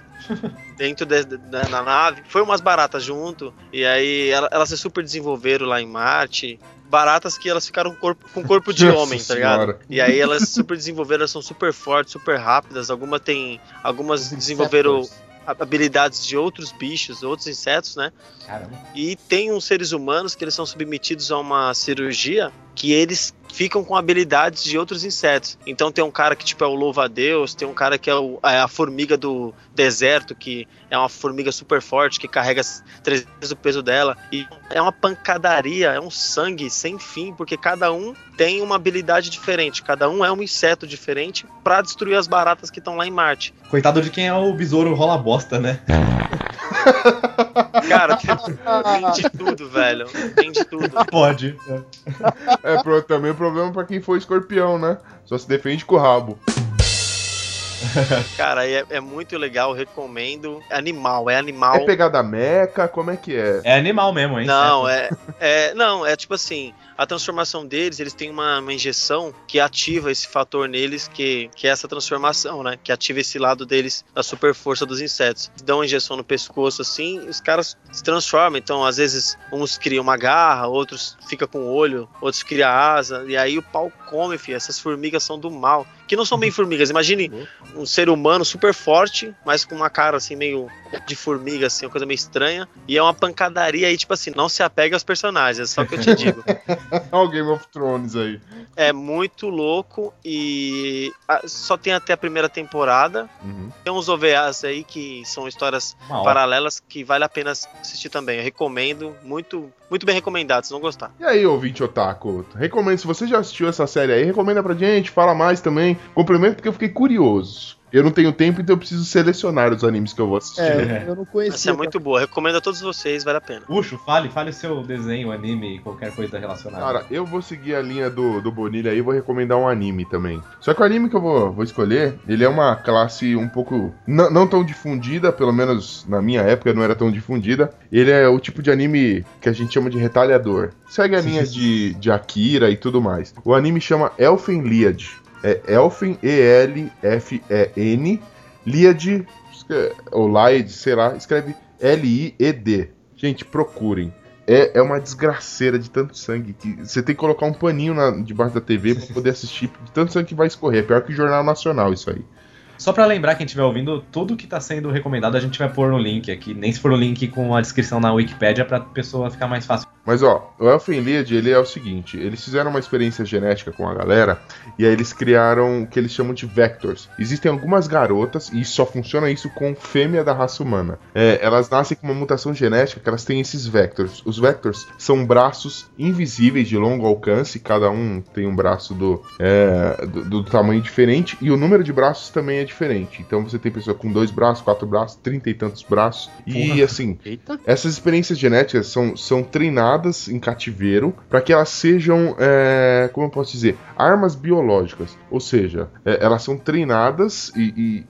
Dentro de- da, da nave, foi umas baratas junto, e aí ela- elas se super desenvolveram lá em Marte. Baratas que elas ficaram com corpo, com corpo de Nossa homem, tá ligado? Senhora. E aí elas se super desenvolveram, elas são super fortes, super rápidas. Alguma tem, algumas desenvolveram habilidades de outros bichos, outros insetos, né? Caramba. E tem uns seres humanos que eles são submetidos a uma cirurgia que eles ficam com habilidades de outros insetos. Então tem um cara que tipo é o louva-a-deus, tem um cara que é, o- é a formiga do deserto, que é uma formiga super forte, que carrega s- três vezes o peso dela. E é uma pancadaria, é um sangue sem fim, porque cada um tem uma habilidade diferente, cada um é um inseto diferente pra destruir as baratas que estão lá em Marte. Coitado de quem é o besouro rola bosta, né? Cara, tem, Ah, tem de tudo, velho. Tem de tudo. Pode. É pro- também problema pra quem for escorpião, né? Só se defende com o rabo. Cara, é, é muito legal, recomendo. É animal, é animal. É pegada meca? Como é que é? É animal mesmo, hein? não, certo? é, é. Não, é tipo assim, a transformação deles, eles têm uma, uma injeção que ativa esse fator neles, que, que é essa transformação, né? Que ativa esse lado deles, da super força dos insetos. Eles dão uma injeção no pescoço, assim, e os caras se transformam. Então, às vezes, uns criam uma garra, outros fica com o olho, outros criam asa, e aí o pau come, fi. Essas formigas são do mal. Que não são bem formigas, imagine Uhum. um ser humano super forte, mas com uma cara assim meio de formiga, assim, uma coisa meio estranha. E é uma pancadaria aí, tipo assim, não se apega aos personagens, é só o que eu te digo. Olha o Game of Thrones aí. É muito louco e ah, só tem até a primeira temporada. Uhum. Tem uns OVAs aí que são histórias É Uma hora. paralelas que vale a pena assistir também. Eu recomendo, muito, muito bem recomendado, se não gostar. E aí, ouvinte otaku? Recomendo, se você já assistiu essa série aí, recomenda pra gente, fala mais também. Complementa porque eu fiquei curioso. Eu não tenho tempo, então eu preciso selecionar os animes que eu vou assistir. É, eu não Essa conhecia. é muito boa, recomendo a todos vocês, vale a pena. Puxo, fale, fale o seu desenho, anime, qualquer coisa relacionada. Cara, eu vou seguir a linha do, do Bonilha aí e vou recomendar um anime também. Só que o anime que eu vou, vou escolher, ele é uma classe um pouco. n- não tão difundida, pelo menos na minha época não era tão difundida. Ele é o tipo de anime que a gente chama de retalhador. Segue a linha de, de Akira e tudo mais. O anime chama Elfen Liad. É Elfen, E-L-F-E-N. Liad, escre- é, ou Liad, sei lá, escreve L-I-E-D. Gente, procurem. É, é uma desgraceira de tanto sangue que você tem que colocar um paninho na- debaixo da TV pra poder assistir, de tanto sangue que vai escorrer. É pior que Jornal Nacional isso aí. Só pra lembrar quem estiver ouvindo, tudo que tá sendo recomendado a gente vai pôr no link aqui. Nem se for o link com a descrição na Wikipédia pra pessoa ficar mais fácil. Mas ó, o Elfen Lied, ele é o seguinte, eles fizeram uma experiência genética com a galera e aí eles criaram o que eles chamam de vectors. Existem algumas garotas e só funciona isso com fêmea da raça humana. É, elas nascem com uma mutação genética que elas têm esses vectors. Os vectors são braços invisíveis de longo alcance, cada um tem um braço do, é, do, do tamanho diferente e o número de braços também é diferente. Então você tem pessoa com dois braços, quatro braços, trinta e tantos braços e Porra. assim Eita. essas experiências genéticas são, são treinadas em cativeiro para que elas sejam, é, como eu posso dizer, armas biológicas. Ou seja, é, elas são treinadas e, e-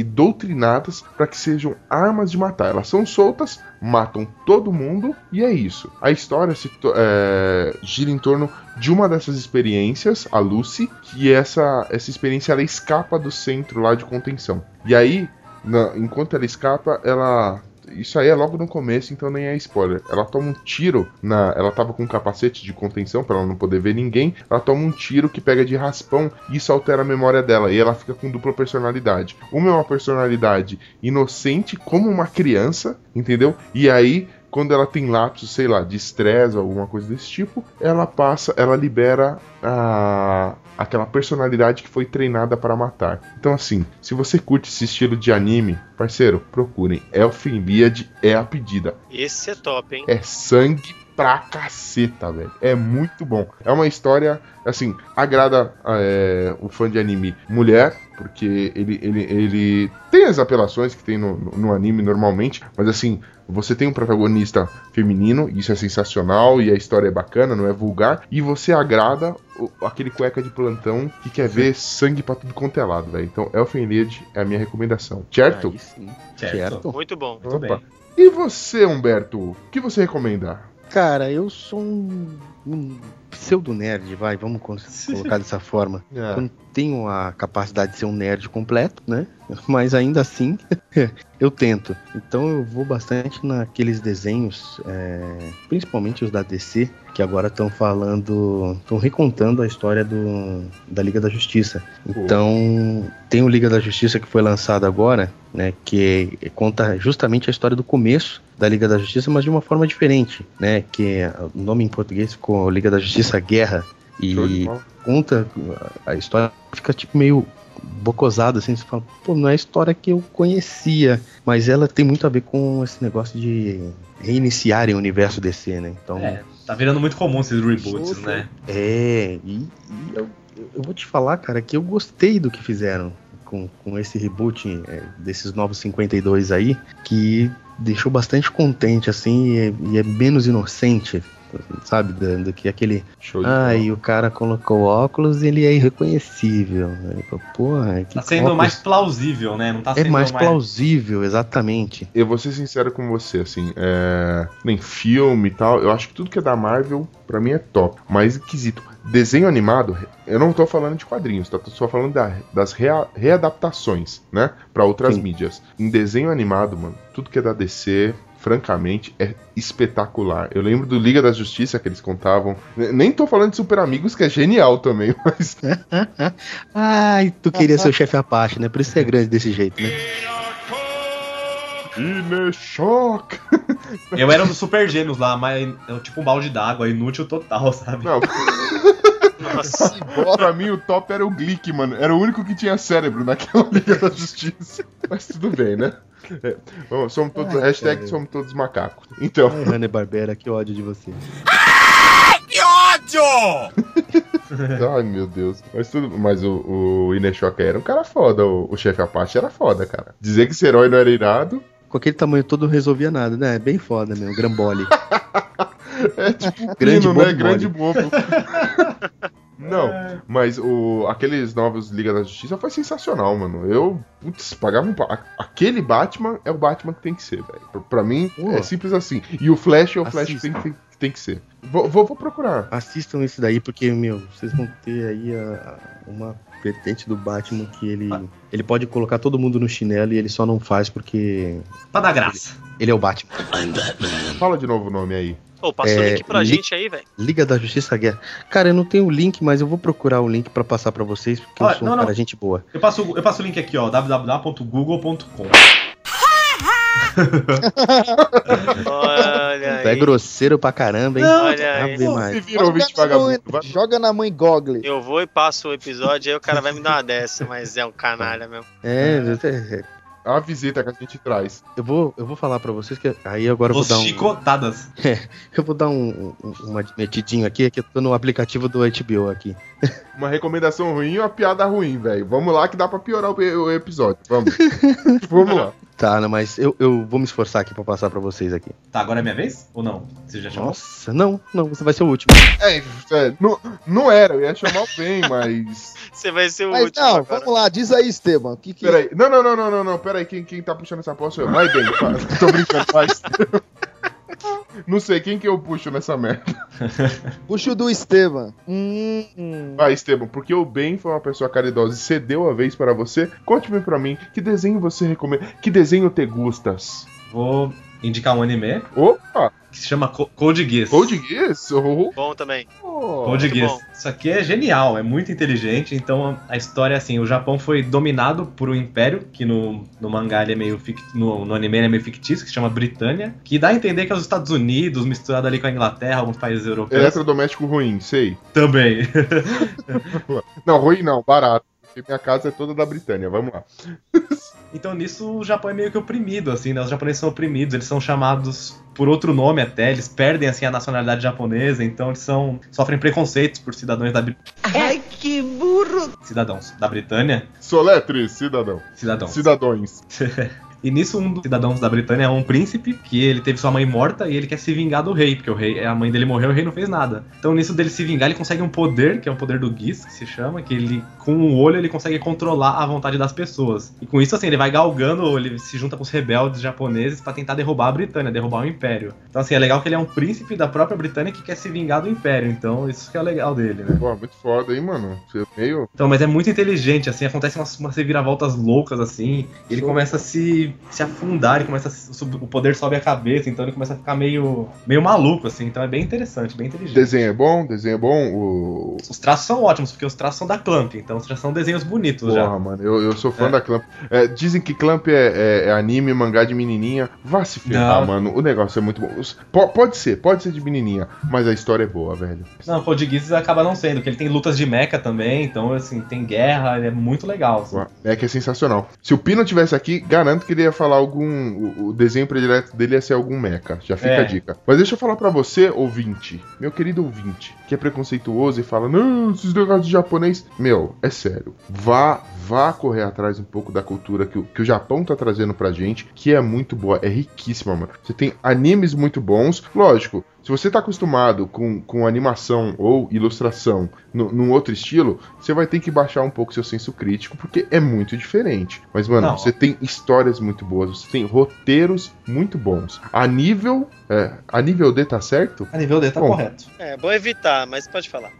e doutrinadas para que sejam armas de matar. Elas são soltas, matam todo mundo e é isso. A história se to- é, gira em torno de uma dessas experiências, a Lucy, que essa, essa experiência ela escapa do centro lá de contenção. E aí, na- enquanto ela escapa, ela isso aí é logo no começo, então nem é spoiler. Ela toma um tiro na. Ela tava com um capacete de contenção pra ela não poder ver ninguém. Ela toma um tiro que pega de raspão e isso altera a memória dela. E ela fica com dupla personalidade. Uma é uma personalidade inocente, como uma criança, entendeu? E aí. Quando ela tem lapsos, sei lá, de estresse ou alguma coisa desse tipo, ela passa, ela libera a, aquela personalidade que foi treinada para matar. Então, assim, se você curte esse estilo de anime, parceiro, procurem. Elfin Liad é a pedida. Esse é top, hein? É sangue pra caceta, velho. É muito bom. É uma história, assim, agrada é, o fã de anime mulher, porque ele, ele, ele tem as apelações que tem no, no- no anime normalmente, mas assim, você tem um protagonista feminino, isso é sensacional, e a história é bacana, não é vulgar, e você agrada o- aquele cueca de plantão que quer ver sangue pra tudo quanto é lado, velho. Então, Elfen Lied é a minha recomendação, certo? Aí sim. Certo. Certo. Muito bom. Muito Opa. bem. E você, Humberto, o que você recomenda? Cara, eu sou um, um pseudo nerd, vai, vamos con- colocar dessa forma. É, Eu não tenho a capacidade de ser um nerd completo, né? Mas ainda assim, eu tento. Então eu vou bastante naqueles desenhos, é, principalmente os da DC, que agora estão falando, estão recontando a história do, da Liga da Justiça. Então tem o Liga da Justiça que foi lançado agora, né? Que conta justamente a história do começo da Liga da Justiça, mas de uma forma diferente, né? Que o nome em português ficou Liga da Justiça Guerra Show de e bola. conta a história fica tipo meio bocosada assim, você fala, pô, não é a história que eu conhecia, mas ela tem muito a ver com esse negócio de reiniciarem o universo DC, né? Então, é, É, tá virando muito comum esses reboots, né? e, e eu, eu vou te falar, cara, que eu gostei do que fizeram com, com esse reboot é, desses novos 52 aí, que deixou bastante contente, assim, e é, e é menos inocente, sabe, do, do que aquele Show ah, e o cara colocou óculos e ele é irreconhecível. Ele falou, Porra, que Tá sendo óculos- mais plausível, né? Não tá É sendo mais plausível, exatamente. Eu vou ser sincero com você, assim, é... nem filme e tal, eu acho que tudo que é da Marvel, pra mim é top, mas esquisito. Desenho animado, eu não tô falando de quadrinhos, tá? Tô só falando da- das rea- readaptações, né? Pra outras Sim. mídias. Em desenho animado, mano, tudo que é da DC, francamente, é espetacular. Eu lembro do Liga da Justiça que eles contavam. N- Nem tô falando de Super Amigos, que é genial também, mas Ai, tu queria ser o chefe Apache, né? Por isso você é grande desse jeito, né? Cinechoque! Eu era um dos super gêmeos lá, mas eu, tipo um balde d'água, inútil total, sabe? Não, Nossa, pra mim o top era o Glick, mano. Era o único que tinha cérebro naquela Liga da Justiça. Mas tudo bem, né? É, vamos, somos todos, Ai, hashtag cara. somos todos macacos. Então, Ai, Hanna Barbera, que ódio de você. É. ai meu Deus. Mas tudo. Mas o, o Ineshoca era um cara foda, o, o chefe Apache era foda, cara. Dizer que esse herói não era irado Com aquele tamanho todo não resolvia nada, né? É bem foda mesmo, grambole. é tipo Grande pino, bobo né? Grande mole. bobo. Não, mas o, aqueles novos Liga da Justiça foi sensacional, mano. Eu, putz, pagava um pau. A- Aquele Batman é o Batman que tem que ser, velho. Pra- Pra mim, Pô. é simples assim. E o Flash é o Flash que Assista. tem, tem- tem que ser. Vou, vou- vou procurar. Assistam esse daí, porque, meu, vocês vão ter aí a- a- uma vertente do Batman que ele, ele pode colocar todo mundo no chinelo e ele só não faz porque Pra dar graça. ele é o Batman. Fala de novo o nome aí. Ô, passa o É, link pra li- gente aí, velho. Liga da Justiça Guerra. Cara, eu não tenho o link, mas eu vou procurar o link pra passar pra vocês, porque Olha, eu sou um não, não. cara gente boa. Eu passo, eu passo o link aqui, ó, www.google.com. Olha Tu é aí. grosseiro pra caramba, hein? Não, Olha aí. Ave Se Maria. vira ouvinte Joga na mãe- vagabundo. vai- Joga na mãe Gogli. Eu vou e passo o episódio, aí o cara vai me dar uma dessa, mas é um canalha mesmo. É, é, é. A visita que a gente traz. eu vou, eu vou falar pra vocês que aí agora eu vou Os dar um, chicotadas. eu vou dar um, um- uma metidinha aqui, é que eu tô no aplicativo do HBO aqui. Uma recomendação ruim e uma piada ruim, velho. Vamos lá que dá pra piorar o, o episódio. Vamos. Vamos lá. Tá, né, mas eu, eu vou me esforçar aqui pra passar pra vocês aqui. Tá, agora é minha vez? Ou não? Você já chamou? Nossa, não, não, você vai ser o último. É, é, não, não era, eu ia chamar o Ben, mas. Você vai ser o Mas último não, agora. vamos lá, diz aí, Esteban. o Que é? que... Peraí. Não, não, não, não, não, não. Peraí, quem, quem tá puxando essa porra sou eu. Vai bem, fa- tô brincando, faz. Não sei quem que eu puxo nessa merda. Puxa o do Esteban. Hum, hum. Vai, Esteban, porque o Ben foi uma pessoa caridosa e cedeu a vez para você. Conte-me pra mim, que desenho você recomenda? Que desenho te gustas? Vou indicar um anime Opa! que se chama Co- Code Geass. Cold Geass? Oh, Bom também. Code Muito Geass. bom. Isso aqui é genial, é muito inteligente. Então a história é assim: o Japão foi dominado por um império que no, no mangá ele é meio fic, no, no anime ele é meio fictício, que se chama Britânia, que dá a entender que é os Estados Unidos misturado ali com a Inglaterra, alguns países europeus Eletrodoméstico ruim, sei. também. Não, ruim não, barato. Porque minha casa é toda da Britânia, vamos lá. Então nisso o Japão é meio que oprimido, assim, né? Os japoneses são oprimidos, eles são chamados por outro nome até, eles perdem, assim, a nacionalidade japonesa, então eles são sofrem preconceitos por cidadãos da... Bri- Ai, que burro! Cidadãos da Britânia. Soletre, cidadão. Cidadãos. Cidadões. E nisso, um dos cidadãos da Britânia é um príncipe, que ele teve sua mãe morta e ele quer se vingar do rei, porque o rei, a mãe dele morreu e o rei não fez nada. Então, nisso dele se vingar, ele consegue um poder, que é um poder do Giz, que se chama, que ele, com o olho, ele consegue controlar a vontade das pessoas. E com isso, assim, ele vai galgando, ele se junta com os rebeldes japoneses pra tentar derrubar a Britânia, derrubar o Império. Então, assim, é legal que ele é um príncipe da própria Britânia que quer se vingar do Império, então isso que é o legal dele, né? Pô, muito foda, hein, mano? Você é meio. Então, mas é muito inteligente, assim, acontecem umas, umas reviravoltas loucas, assim, e ele começa a se, se afundar, ele começa a se- sub- o poder sobe a cabeça, então ele começa a ficar meio, meio maluco, assim, então é bem interessante, bem inteligente. Desenho é bom, desenho é bom. O... Os traços são ótimos, porque os traços são da Clamp, então os traços são desenhos bonitos já. Porra, mano, eu, eu sou fã da Clamp. É, dizem que Clamp é, é- é anime, mangá de menininha. Vá se ferrar, Não. mano. O negócio é muito bom. Os- po- pode ser, pode ser de menininha, mas a história é boa, velho. Não, o Giz acaba não sendo, porque ele tem lutas de mecha também, então, assim, tem guerra, ele é muito legal. assim. Pô, É que é sensacional. Se o Pino tivesse aqui, garanto que ele ia falar algum. O, o desenho predileto dele ia ser algum mecha. Já fica É. a dica. Mas deixa eu falar pra você, ouvinte. Meu querido ouvinte, que é preconceituoso e fala: Não, esses negócios de japonês. Meu, é sério. Vá, vá correr atrás um pouco da cultura que, o- que o Japão tá trazendo pra gente, que é muito boa, é riquíssima, mano. Você tem animes muito bons, lógico. Se você tá acostumado com, com animação ou ilustração no- num outro estilo, você vai ter que baixar um pouco seu senso crítico, porque é muito diferente. Mas, mano, Não. você tem histórias muito boas, você tem roteiros muito bons. A nível. é, a nível D tá certo? A nível dele tá Bom. correto. É, bom evitar, mas pode falar.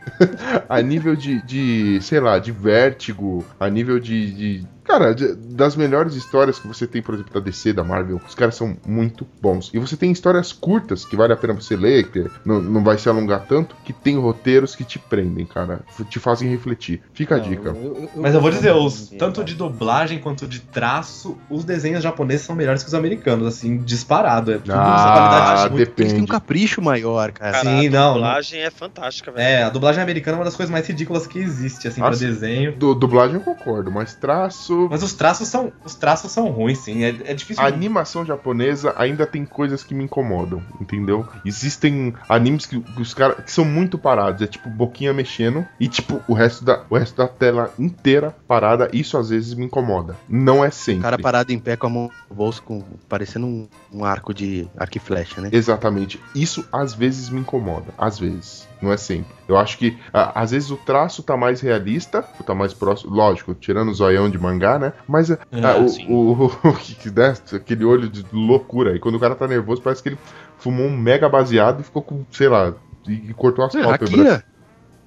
A nível de, de, sei lá, de vértigo, a nível de. de- cara, de- das melhores histórias que você tem, por exemplo, da DC, da Marvel, os caras são muito bons. E você tem histórias curtas que vale a pena você ler, que não, não vai se alongar tanto, que tem roteiros que te prendem, cara. Te fazem refletir. Fica a dica. Mas eu vou dizer, os, tanto de dublagem quanto de traço, os desenhos japoneses são melhores que os americanos, assim, disparado. É tudo essa Ah, qualidade muito... Eles têm um depende. capricho maior, cara. Cara, Sim, A Assim, não, não. dublagem é fantástica, velho. É, a dublagem americana é uma das coisas mais ridículas que existe, assim, pra Nossa. desenho. Du- dublagem eu concordo, mas traço. Mas os traços são, os traços são ruins, sim. É, é difícil. A animação japonesa ainda tem coisas que me incomodam, entendeu? Existem animes que, que os caras que são muito parados, é tipo boquinha mexendo e tipo o resto da o resto da tela inteira parada, isso às vezes me incomoda. Não é O sempre. cara parado em pé com a mão no bolso, com, parecendo um, um arco de arco e flecha, né? Exatamente. Isso às vezes me incomoda. Às vezes. Não é sempre. Eu acho que a- às vezes o traço tá mais realista, tá mais próximo. Lógico, tirando o zoião de mangá, né? Mas é, Ah, ah, o- sim. o, o que que dá? Aquele olho de loucura. E quando o cara tá nervoso, parece que ele fumou um mega baseado e ficou com, sei lá, e, e cortou as pálpebras. Akira?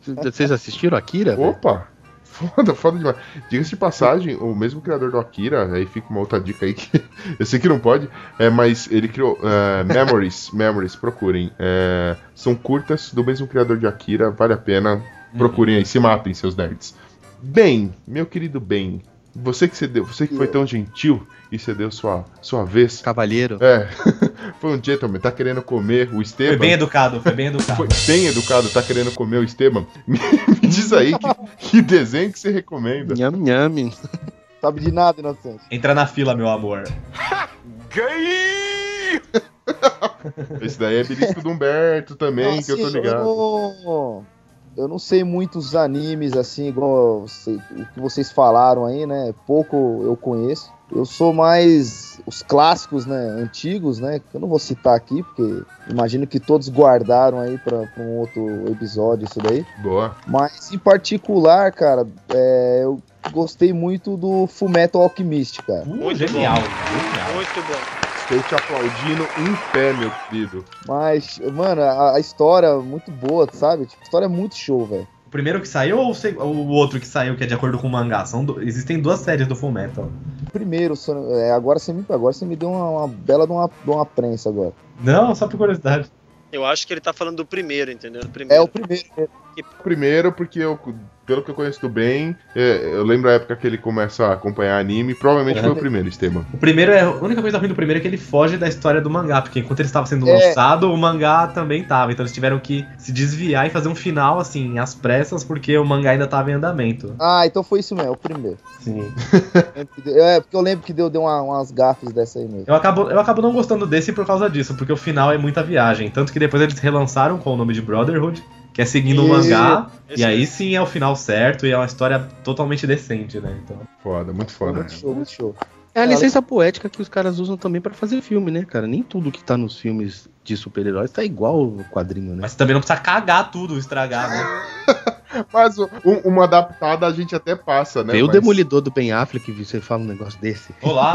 C- Vocês assistiram É Akira? velho? Opa! Foda, foda demais. Diga-se de passagem, o mesmo criador do Akira, aí fica uma outra dica aí que eu sei que não pode, é, mas ele criou é, Memories, Memories, procurem. É, são curtas do mesmo criador de Akira, vale a pena. Procurem aí, se matem, seus nerds. Bem, meu querido bem, você que cedeu, você que foi tão gentil e cedeu sua, sua Tá. vez. Cavaleiro. É, foi um gentleman, tá querendo comer o Foi Esteban. bem educado, foi bem educado. Foi bem educado, tá querendo comer o Esteban. Me, me diz aí que, que desenho que você recomenda. Nham, nham. Sabe de nada, inocente. Entra na fila, meu amor. Esse daí é belisco do Humberto também, Não, que eu tô assim, ligado. não- eu não sei muitos animes, assim, igual você- o que vocês falaram aí, né? Pouco eu conheço. Eu sou mais os clássicos, né? Antigos, né? Que eu não vou citar aqui, porque imagino que todos guardaram aí pra pra um outro episódio isso daí. Boa. Mas em particular, cara, é, eu gostei muito do Fullmetal Alchemist, cara. Uh, Muito genial, bom. genial. Muito bom. Estou te aplaudindo em pé, meu querido. Mas, mano, a, a história é muito boa, sabe? Tipo, a história é muito show, velho. O primeiro que saiu ou o seg- ou o outro que saiu, que é de acordo com o mangá? São do- Existem duas séries do Fullmetal. Primeiro, só- é, agora, você me, agora você me deu uma, uma bela de uma, de uma prensa agora. Não, só por curiosidade. Eu acho que ele tá falando do primeiro, entendeu? Do É primeiro. o primeiro. Primeiro, porque eu pelo que eu conheço do Ben, é, eu lembro a época que ele começa a acompanhar anime, provavelmente foi o primeiro, Esteban. O primeiro é. A única coisa ruim do primeiro é que ele foge da história do mangá, porque enquanto ele estava sendo É. lançado, o mangá também tava. Então eles tiveram que se desviar e fazer um final, assim, às pressas, porque o mangá ainda tava em andamento. Ah, então foi isso mesmo, o primeiro. Sim. Lembro que deu- É, porque eu lembro que deu, deu uma- umas gafas dessa aí mesmo. Eu acabo, eu acabo não gostando desse por causa disso, porque o final é muita viagem. Tanto que depois eles relançaram com o nome de Brotherhood, que é seguindo o E- mangá. Esse- E aí sim é o final certo e é uma história totalmente decente, né? Então. Foda, muito foda. Muito show, muito show. É a Ela- licença poética que os caras usam também pra fazer filme, né, cara? Nem tudo que tá nos filmes de super-heróis tá igual o quadrinho, né? Mas também não precisa cagar tudo, estragar, né? Mas um- uma adaptada a gente até passa, né? Tem o Mas- Demolidor do Ben Affleck, você fala um negócio desse. Olá!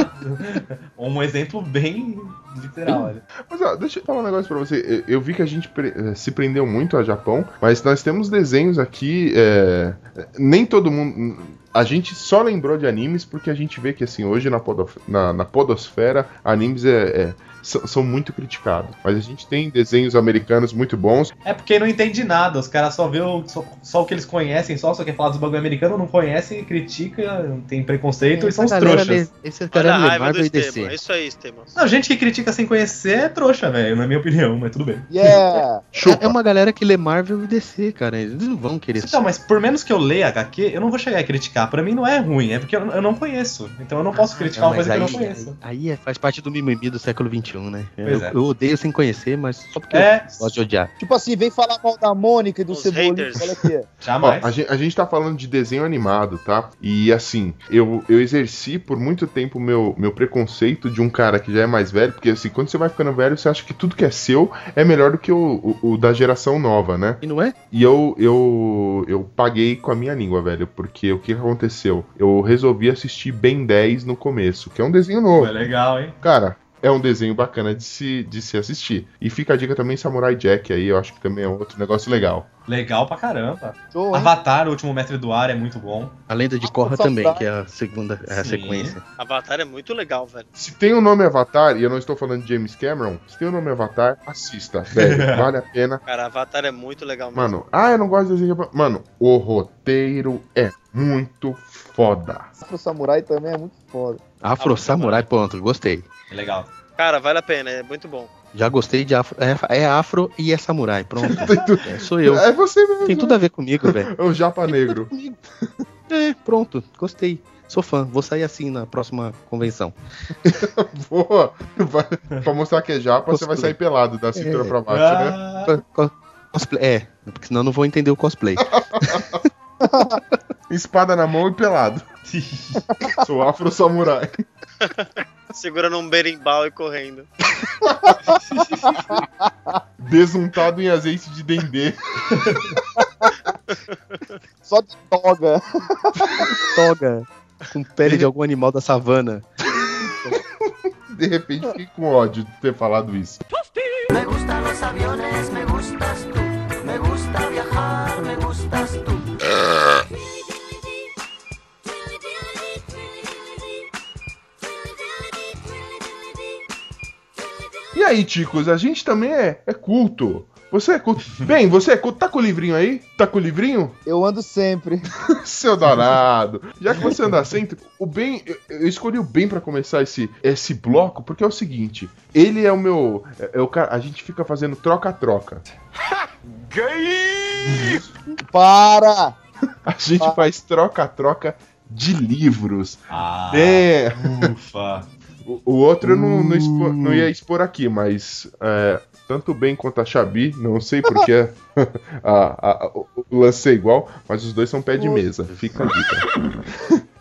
um exemplo bem literal, olha. Mas ó, deixa eu falar um negócio pra você. Eu, eu vi que a gente pre- eh, se prendeu muito a Japão, mas nós temos desenhos aqui. eh, nem todo mundo. A gente só lembrou de animes porque a gente vê que assim, hoje na, podof- na, na Podosfera, animes é- é- são são muito criticados. Mas a gente tem desenhos americanos muito bons. É porque não entende nada, os caras só vê o, só, só o que eles conhecem, só, só quer falar dos bagulho americano, não conhece, critica, tem preconceito e Então são os É, galera trouxas. de- Esse Olha a cara é raiva do Marvel e Esteban. DC. Isso aí, Esteban. Não, gente que critica sem conhecer é trouxa, velho, na minha opinião, mas tudo bem. Yeah! Chupa. É uma galera que lê Marvel e DC, cara. Eles não vão querer. Então, mas por menos que eu leia HQ, eu não vou chegar a criticar. Pra mim não é ruim, é porque eu, eu não conheço. Então eu não posso criticar uma Não, Ah, mas coisa aí, que eu não conheço. aí é- faz parte do mimimi do século XXI, né? Pois Eu, é. eu odeio sem conhecer, mas só porque É, eu gosto de odiar. Tipo assim, vem falar mal da Mônica e do Os Cebolinha, haters. olha aqui. é. Ó, jamais. a, gente, a gente tá falando de desenho animado, tá? E assim, eu, eu exerci por muito tempo meu, meu preconceito de um cara que já é mais velho, porque assim, quando você vai ficando velho, você acha que tudo que é seu é melhor do que o, o- o da geração nova, né? E não é? E eu, eu, eu paguei com a minha língua, velho, porque o que aconteceu? Eu resolvi assistir Ben 10 no começo, que é um desenho novo. Foi legal, hein? Cara, é um desenho bacana de se, de se assistir. E fica a dica também Samurai Jack aí, eu acho que também é outro negócio legal. Legal pra caramba. Show, hein? Avatar, o último mestre do ar, é muito bom. A lenda de Ah, Korra saudade. também, que é a segunda é a Sim. sequência. Avatar é muito legal, velho. Se tem o nome Avatar, e eu não estou falando de James Cameron, se tem o nome Avatar, assista, velho. vale a pena. Cara, Avatar é muito legal mesmo. Mano, ah, eu não gosto de desenho. japonês. Mano, o roteiro é muito foda. Afro Samurai também é muito foda. Afro Ah, Samurai, ponto. Gostei. É legal. Cara, vale a pena, é muito bom. Já gostei de afro. É, é afro e é samurai, pronto. Tem tu- É, sou eu. É você mesmo. Tem tudo a ver comigo, velho. É o japa negro. É, pronto. Gostei. Sou fã. Vou sair assim na próxima convenção. Boa. Vai- pra mostrar que é japa, você vai sair pelado da cintura pra baixo, né? Ah, Co- co- Cosplay. É, porque senão eu não vou entender o cosplay. Espada na mão e pelado. Sou afro samurai. Segurando um berimbau e correndo. Desuntado em azeite de dendê. Só de toga. Toga. Com pele de algum animal da savana. De repente fiquei com ódio de ter falado isso. Me gustan los aviones, me gustas tú. Me gusta viajar, me gustas tú. E aí, Ticos, a gente também é, é culto. Você é culto. Bem, você é culto. Tá com o livrinho aí? Tá com o livrinho? Eu ando sempre. Seu danado. Já que você anda sempre, o bem. eu- Eu escolhi o bem pra começar esse, esse bloco, porque é o seguinte: ele é o meu. É, é o cara. A gente fica fazendo troca-troca. Para! A gente Ah. faz troca-troca de livros. ah, É. ufa. O, o outro eu não, não, Hum. expo- não ia expor aqui, mas. é, tanto o Ben quanto a Xabi, não sei porque a, a- a- o o lance é igual, mas os dois são pé de mesa. Fica a dica.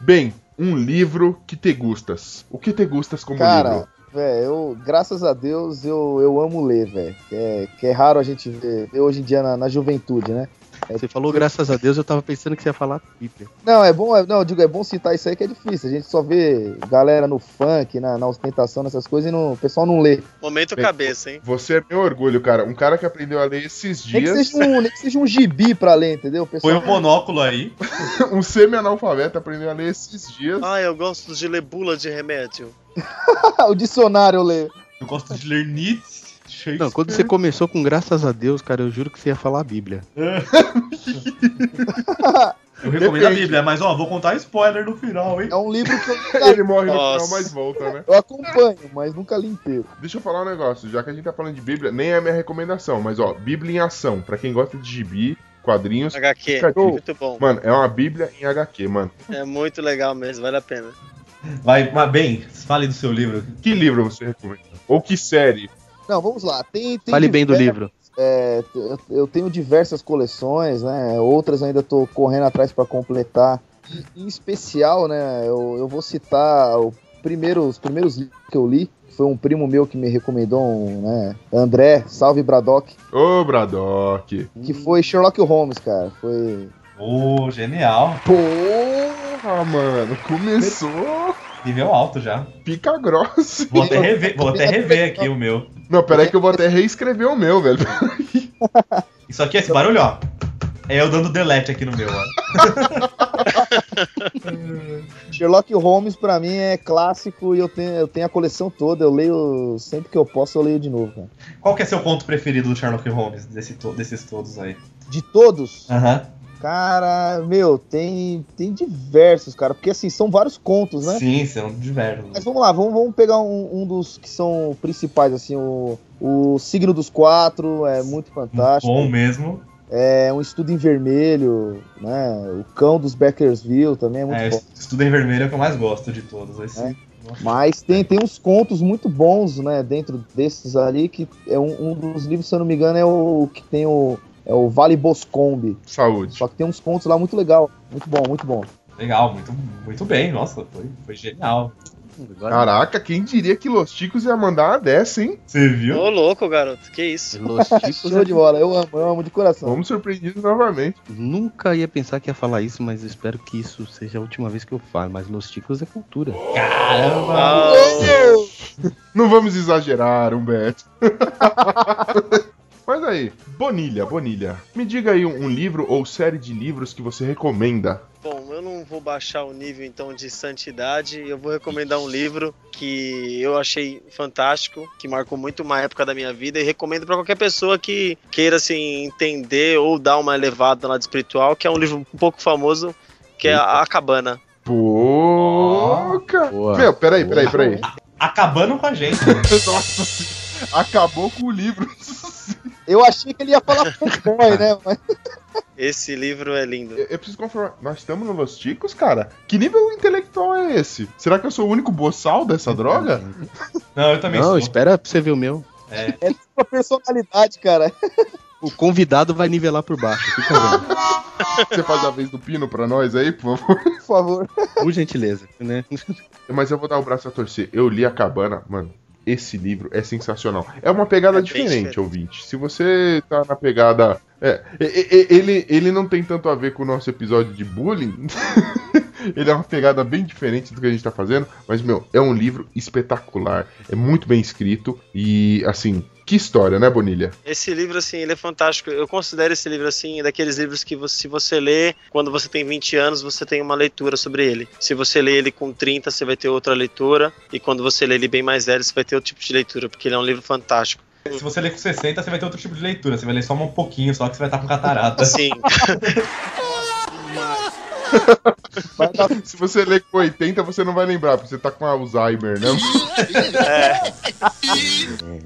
Bem, um livro que te gustas. O que te gustas como livro? Cara, velho, eu, graças a Deus, eu, eu amo ler, velho. Que é, que é raro a gente ver, ver hoje em dia na, na juventude, né? Você falou, graças a Deus, eu tava pensando que você ia falar Bíblia. Não, é bom, é- não, eu digo, é bom citar isso aí que é difícil. A gente só vê galera no funk, na, na ostentação, nessas coisas, e não, o pessoal não lê. Momento Bem, cabeça, hein? Você é meu orgulho, cara. Um cara que aprendeu a ler esses Nem que, dias, seja um, nem que seja um gibi pra ler, entendeu? O Põe pessoal um monóculo aí. um semi-analfabeto aprendeu a ler esses dias. Ah, eu gosto de ler bula de remédio. o dicionário eu leio. Eu gosto de ler Nietzsche. Shakespeare. Não, quando você começou com graças a Deus, cara, eu juro que você ia falar a Bíblia. Eu recomendo a Depende. Bíblia, mas ó, vou contar spoiler no final, hein? É um livro que eu nunca li. Ele morre no final, Nossa. mas volta, né? Eu acompanho, mas nunca li inteiro. Deixa eu falar um negócio, já que a gente tá falando de Bíblia, nem é minha recomendação, mas ó, Bíblia em ação, pra quem gosta de gibi, quadrinhos. HQ, Fica a dica. muito bom. Mano, é uma Bíblia em HQ, mano. É muito legal mesmo, vale a pena. Vai, mas bem, fale do seu livro. Que livro você recomenda? Ou que série? Não, vamos lá. Tem, é, tem Fale bem do diversas- livro. É, eu- eu tenho diversas coleções, né? Outras ainda tô correndo atrás para completar. E, em especial, né? Eu, eu vou citar o primeiro, os primeiros livros que eu li. Foi um primo meu que me recomendou, um, né? André, salve Braddock, Ô, Braddock. que foi Sherlock Holmes, cara. Foi. Ô, genial. Porra, mano, começou Nível alto já. pica grossa. Vou até rever, vou até rever aqui o meu. Não, peraí que eu vou até reescrever o meu, velho. Isso aqui, esse barulho, ó. É eu dando delete aqui no meu, ó. Sherlock Holmes pra mim é clássico e eu tenho, eu tenho a coleção toda. Eu leio sempre que eu posso, eu leio de novo, cara. Qual que é seu ponto preferido do Sherlock Holmes, desse to- desses todos aí? De todos, Aham. cara, meu, tem, tem diversos, cara. Porque assim, são vários contos, né? Sim, são diversos. Mas vamos lá, vamos, vamos pegar um, um dos que são principais, assim, o, o Signo dos Quatro, é muito fantástico. Bom mesmo. É um estudo em vermelho, né? O Cão dos Beckersville também é muito É, bom. Estudo em Vermelho é o que eu mais gosto de todos. assim. Esse. É. Mas tem, tem uns contos muito bons, né, dentro desses ali, que é um, um dos livros, se eu não me engano, é o que tem o. É o Vale Boscombe. Saúde. Só que tem uns contos lá muito legal. Muito bom, muito bom. Legal, muito, muito bem. Nossa, foi, foi genial. Agora, Caraca, quem diria que Los Ticos ia mandar uma dessa, hein? Você viu? Ô, louco, garoto, que isso. Los Chicos, Show de bola, eu amo, eu amo de coração. Vamos surpreendidos novamente. nunca ia pensar que ia falar isso, mas espero que isso seja a última vez que eu falo. Mas Los Chicos é cultura. Caramba! Ah, Não vamos exagerar, Humberto. Mas aí, Bonilha, Bonilha, me diga aí um, um livro ou série de livros que você recomenda. bom, eu não vou baixar o nível então de santidade. Eu vou recomendar um livro que eu achei fantástico, que marcou muito uma época da minha vida e recomendo pra qualquer pessoa que queira assim entender ou dar uma elevada na espiritual, que é um livro um pouco famoso, que é A Cabana. Pô, cara. Boa. Meu, peraí, peraí, Boa. peraí. Acabando com a gente. Nossa, senhora, acabou com o livro. Eu achei que ele ia falar fanboy, né? Mas Esse livro é lindo. Eu, eu preciso confirmar, nós estamos no Los Ticos, cara? Que nível intelectual é esse? Será que eu sou o único boçal dessa droga? Não, eu também Não, sou. espera pra você ver o meu. é sua personalidade, cara. O convidado vai nivelar por baixo, fica vendo. Você faz a vez do pino pra nós aí, por favor? Por favor. Por gentileza, né? Mas eu vou dar o braço a torcer. Eu li a cabana, mano. Esse livro é sensacional. É uma pegada É bem diferente, diferente. ouvinte. Se você tá na pegada. É, e- e- e- ele, ele não tem tanto a ver com o nosso episódio de bullying. ele é uma pegada bem diferente do que a gente tá fazendo. Mas, meu, é um livro espetacular. É muito bem escrito. E, assim, que história, né, Bonilha? Esse livro, assim, ele é fantástico. Eu considero esse livro, assim, daqueles livros que você- se você lê quando você tem 20 anos, você tem uma leitura sobre ele. Se você lê ele com 30, você vai ter outra leitura. E quando você lê ele bem mais velho, você vai ter outro tipo de leitura, porque ele é um livro fantástico. Se você ler com 60, você vai ter outro tipo de leitura. Você vai ler só um pouquinho, só que você vai estar com catarata. Assim, Vai dar Se você ler com 80, você não vai lembrar, porque você tá com Alzheimer, né?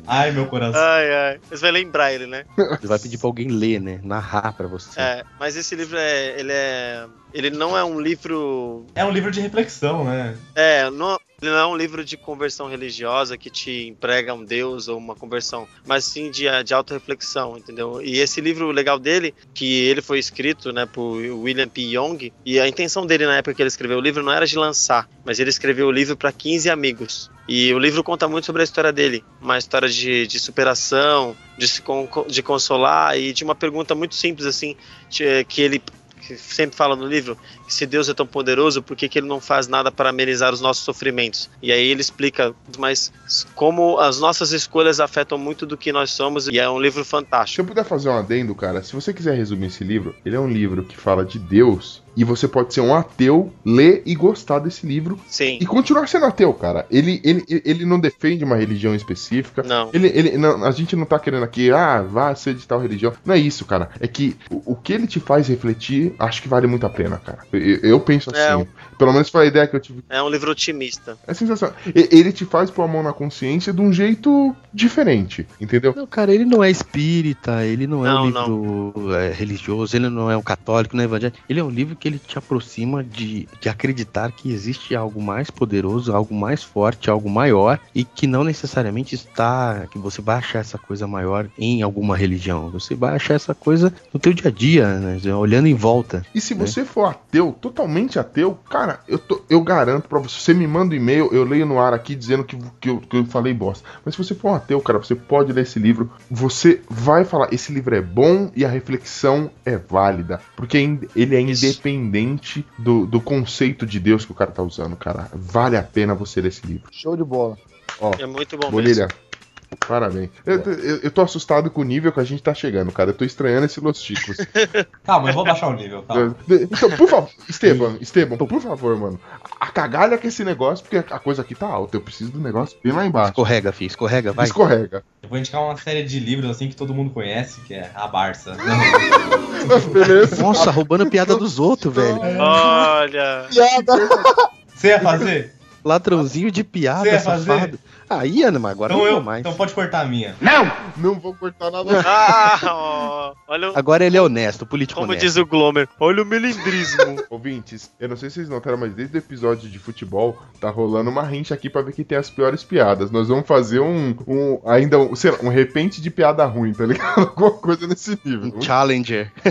Ai, meu coração. ai, ai. Mas vai lembrar ele, né? Você vai pedir pra alguém ler, né? Narrar pra você. É, mas esse livro é. Ele é. Ele não é um livro É um livro de reflexão, né? É, não, ele não é um livro de conversão religiosa que te emprega um deus ou uma conversão, mas sim de, de autorreflexão, entendeu? E esse livro legal dele, que ele foi escrito né, por William P. Young, e a intenção dele na época que ele escreveu o livro não era de lançar, mas ele escreveu o livro para 15 amigos. E o livro conta muito sobre a história dele, uma história de, de superação, de se con- de consolar e de uma pergunta muito simples assim, de- que ele que sempre fala no livro, que se Deus é tão poderoso, por que, que ele não faz nada para amenizar os nossos sofrimentos? E aí ele explica mas como as nossas escolhas afetam muito do que nós somos, e é um livro Se fantástico. eu puder fazer um adendo, cara, se você quiser resumir esse livro, ele é um livro que fala de Deus E você pode ser um ateu, ler e gostar desse livro Sim. e continuar sendo ateu, cara. Ele, ele, ele não defende uma religião específica. Não. Ele, ele, não, a gente não tá querendo aqui, ah, vá ser de tal religião. Não é isso, cara. É que o, o que ele te faz refletir, acho que vale muito a pena, cara. Eu, eu penso assim. É. Pelo menos foi a ideia que eu tive. É um livro otimista. É sensacional. E- Ele te faz pôr a mão na consciência de um jeito diferente, entendeu? Não, cara, ele não é espírita, ele não, é um Não, livro é, religioso, ele não é um católico, não é evangélico. Ele é um livro que ele te aproxima de, de acreditar que existe algo mais poderoso, algo mais forte, algo maior, e que não necessariamente está. que você vai achar essa coisa maior em alguma religião. Você vai achar essa coisa no teu dia a dia, né? Olhando em volta. E se você for ateu, totalmente ateu, cara, eu, tô- eu garanto pra você, você me manda um e-mail, eu leio no ar aqui dizendo que, que, eu, que eu falei bosta. Mas se você for um ateu, cara, você pode ler esse livro, você vai falar, esse livro é bom e a reflexão é válida. Porque é in- ele é Isso. independente do, do conceito de Deus que o cara tá usando, cara. Vale a pena você ler esse livro. Show de bola. É muito bom mesmo. Bolilha. Parabéns. Eu, eu, eu tô assustado com o nível que a gente tá chegando, cara. Eu tô estranhando esse Los Chicos. Calma, eu vou baixar o nível, calma. Então, por favor, Esteban, Esteban, por favor, mano. A cagalha com esse negócio, porque a coisa aqui tá alta. Eu preciso do negócio bem lá Ah. embaixo. Escorrega, filho, escorrega, vai. Escorrega. Eu vou indicar uma série de livros assim que todo mundo conhece, que é a Barça. Beleza? Nossa, roubando piada dos outros, velho. Olha. Piada. Você ia fazer? Ladrãozinho de Você piada, ia fazer? safado. Aí, Ana, mas agora Então não vou eu, mais. então pode cortar a minha. Não vou cortar nada. Ah, ó. Olha o- Agora ele é honesto, político como honesto. diz o Glomer. Olha o melindrismo. Ouvintes, eu não sei se vocês notaram, mas desde o episódio de futebol tá rolando uma rincha aqui pra ver quem tem as piores piadas. Nós vamos fazer um, um ainda um, sei lá, um repente de piada ruim, tá ligado? Alguma coisa nesse nível. Uhum. Um challenger.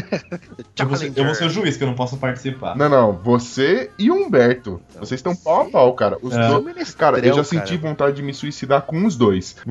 Tá Eu vou, ser, eu É, vou ser o juiz, que eu não posso participar. Não, Né? não, você e o Humberto. Vocês estão pau a pau, cara. Os É. dois, cara, eu já Cara. senti vontade de me suicidar com os dois.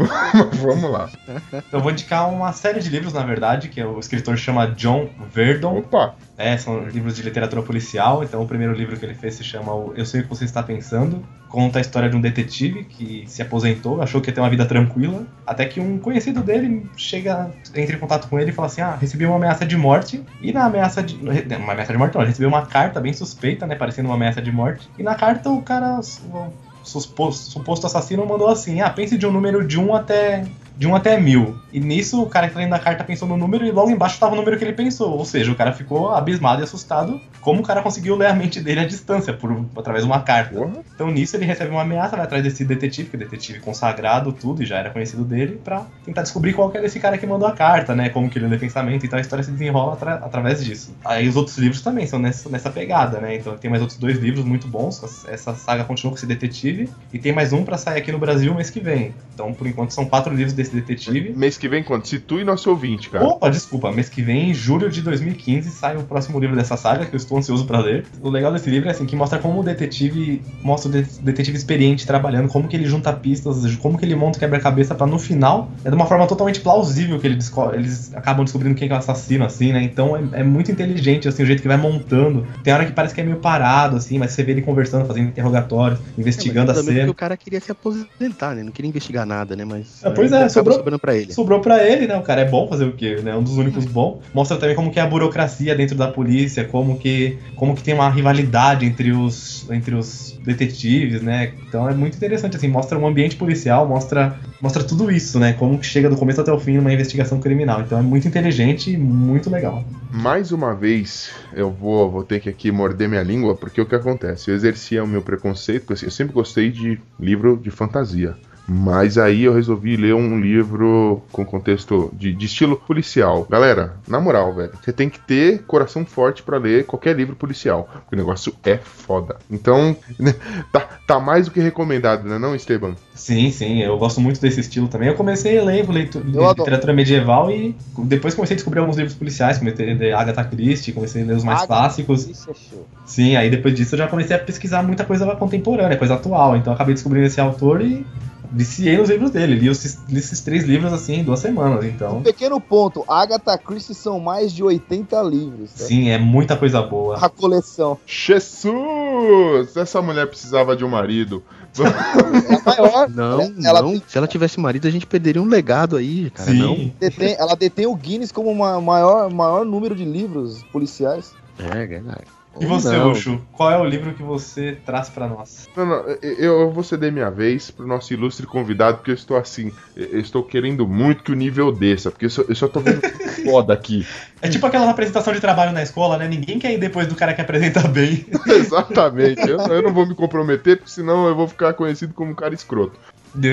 Vamos lá. Então eu vou indicar uma série de livros, na verdade, que é o escritor chama John Verdon. Opa, É, são livros de literatura policial. Então, o primeiro livro que ele fez se chama o Eu Sei O Que Você Está Pensando. Conta a história de um detetive que se aposentou, achou que ia ter uma vida tranquila. Até que um conhecido dele chega, entra em contato com ele e fala assim: Ah, recebi uma ameaça de morte. E na ameaça de. não, Uma ameaça de morte não, ele recebeu uma carta bem suspeita, né? Parecendo uma ameaça de morte. E na carta o cara, o susposto, suposto assassino, mandou assim: Ah, pense de um número de 1 até de 1 até 1000. E nisso o cara que tá lendo a carta pensou no número e logo embaixo tava o número que ele pensou. Ou seja, o cara ficou abismado e assustado como o cara conseguiu ler a mente dele à distância, por, através de uma carta. porra. Então nisso ele recebe uma ameaça, vai atrás desse detetive, que é detetive consagrado, tudo, e já era conhecido dele, pra tentar descobrir qual que é esse cara que mandou a carta, né? Como que ele lê pensamento, então a história se desenrola atra- através disso. Aí os outros livros também são nessa, nessa pegada, né? Então tem mais outros dois livros muito bons, essa- essa saga continua com esse detetive, e tem mais um pra sair aqui no Brasil mês que vem. Então por enquanto são quatro livros desse detetive. Mês que vem, quando? Se tu e nosso ouvinte, cara. Opa, desculpa, mês que vem, em julho de 2015, sai o próximo livro dessa saga, que eu estou ansioso pra ler. O legal desse livro é assim, que mostra como o detetive, mostra o de- detetive experiente trabalhando, como que ele junta pistas, como que ele monta o quebra-cabeça pra no final, é de uma forma totalmente plausível que ele desco- eles acabam descobrindo quem que é o assassino, assim, né? Então é, é muito inteligente, assim, o jeito que vai montando. Tem hora que parece que é meio parado, assim, mas você vê ele conversando, fazendo interrogatórios, investigando É, mas a também cena. porque o cara queria se aposentar, né? Não queria investigar nada, né? Mas Ah, pois é, acaba sobrou- sobrando pra ele. Sobrou pra ele, né? O cara é bom fazer o quê? Né? Um dos únicos bom. Mostra também como que é a burocracia dentro da polícia, como que, como que tem uma rivalidade entre os, entre os detetives, né? Então é muito interessante, assim, mostra um ambiente policial, mostra, mostra tudo isso, né? Como que chega do começo até o fim numa investigação criminal. Então é muito inteligente e muito legal. Mais uma vez, eu vou, vou ter que aqui morder minha língua, porque o que acontece? Eu exercia o meu preconceito, porque assim, eu sempre gostei de livro de fantasia. Mas aí eu resolvi ler um livro com contexto de, de estilo policial. Galera, na moral, velho, você tem que ter coração forte pra ler qualquer livro policial. Porque o negócio é foda. Então, né, tá, tá mais do que recomendado, né, não, Esteban? Sim, sim, eu gosto muito desse estilo também. Eu comecei a ler leitu- Eu adoro. literatura medieval e depois comecei a descobrir alguns livros policiais, comecei a ler Agatha Christie, comecei a ler os mais Agatha clássicos. Isso é show. Sim, aí depois disso eu já comecei a pesquisar muita coisa contemporânea, coisa atual. Então eu acabei descobrindo esse autor e viciei nos livros dele. Li, os- li esses três livros assim em duas semanas, Um então. pequeno ponto. Agatha Christie são mais de 80 livros. Tá? Sim, é muita coisa boa. A coleção. Jesus! Essa mulher precisava de um marido. É a maior. Não, ela não. tem- Se ela tivesse marido, a gente perderia um legado aí, cara. Não. Sim. detém- ela detém o Guinness como o maior, maior número de livros policiais. É, cara. E você, Não. Luxo, qual é o livro que você traz pra nós? Não, não, eu, eu vou ceder minha vez pro nosso ilustre convidado, porque eu estou assim, eu estou querendo muito que o nível desça, porque eu só, eu só tô vendo foda aqui. É tipo aquela apresentação de trabalho na escola, né? Ninguém quer ir depois do cara que apresenta bem. Exatamente. Eu, eu não vou me comprometer, porque senão eu vou ficar conhecido como um cara escroto.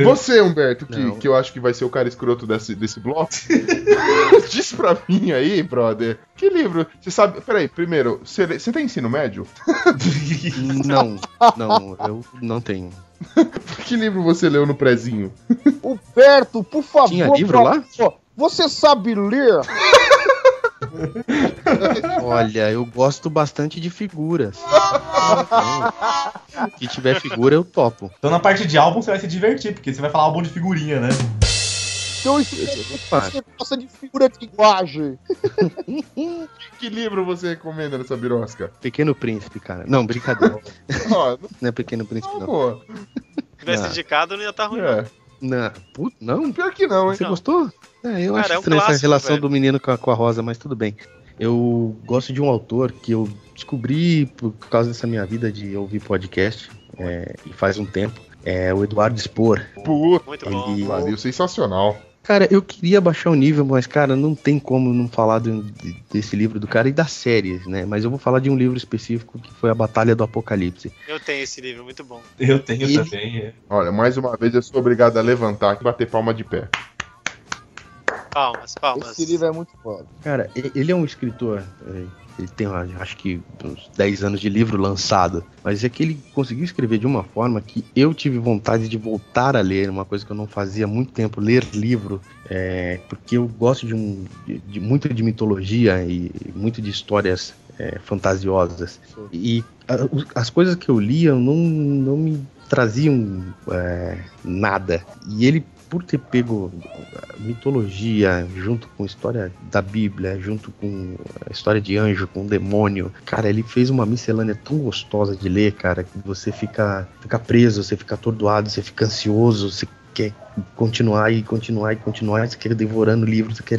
Você, Humberto, que, Não. que eu acho que vai ser o cara escroto desse, desse bloco, diz pra mim aí, brother, que livro? Você sabe. Peraí, primeiro, você você tem ensino médio? Não, não, eu não tenho. Que livro você leu no prezinho? Humberto, por favor. Tinha livro lá? fala- Você sabe ler? Olha, eu gosto bastante de figuras. Então, Se tiver figura, eu topo. Então na parte de álbum você vai se divertir, porque você vai falar álbum de figurinha, né? Então isso Opa, você gosta de figura de linguagem. Que livro você recomenda nessa birosca? Pequeno Príncipe, cara. Não, brincadeira. Ó, Não é Pequeno Príncipe, não, não. pô. Se tivesse Não. indicado, não ia estar ruim. É, Não, put- não? pior que não, hein? Você Não. gostou? É, eu Cara, acho é um estranha essa clássico, relação velho. do menino com a, com a Rosa, mas tudo bem. Eu gosto de um autor que eu descobri por causa dessa minha vida de ouvir podcast, é, e faz um tempo. É o Eduardo Spor. Puta, Muito bom. Ele, pariu, sensacional. Cara, eu queria baixar o nível, mas, cara, não tem como não falar do- de- desse livro do cara e das séries, né? Mas eu vou falar de um livro específico que foi A Batalha do Apocalipse. Eu tenho esse livro, muito bom. Eu tenho E- também. é. Olha, mais uma vez eu sou obrigado a levantar e bater palma de pé. Palmas, palmas. Esse livro é muito foda. Cara, e- ele é um escritor. é, Ele tem, ah, acho que, uns 10 anos de livro lançado. Mas é que ele conseguiu escrever de uma forma que eu tive vontade de voltar a ler, uma coisa que eu não fazia há muito tempo, ler livro. é, porque eu gosto de, um, de, de muito de mitologia e muito de histórias é, fantasiosas. E a- o- as coisas que eu lia não, não me traziam é, nada. E ele, por ter pego mitologia, junto com história da Bíblia, junto com a história de anjo, com um demônio. Cara, ele fez uma miscelânea tão gostosa de ler, cara, que você fica, fica preso, você fica atordoado, você fica ansioso, você quer continuar e continuar e continuar, você quer ir devorando o livro, você quer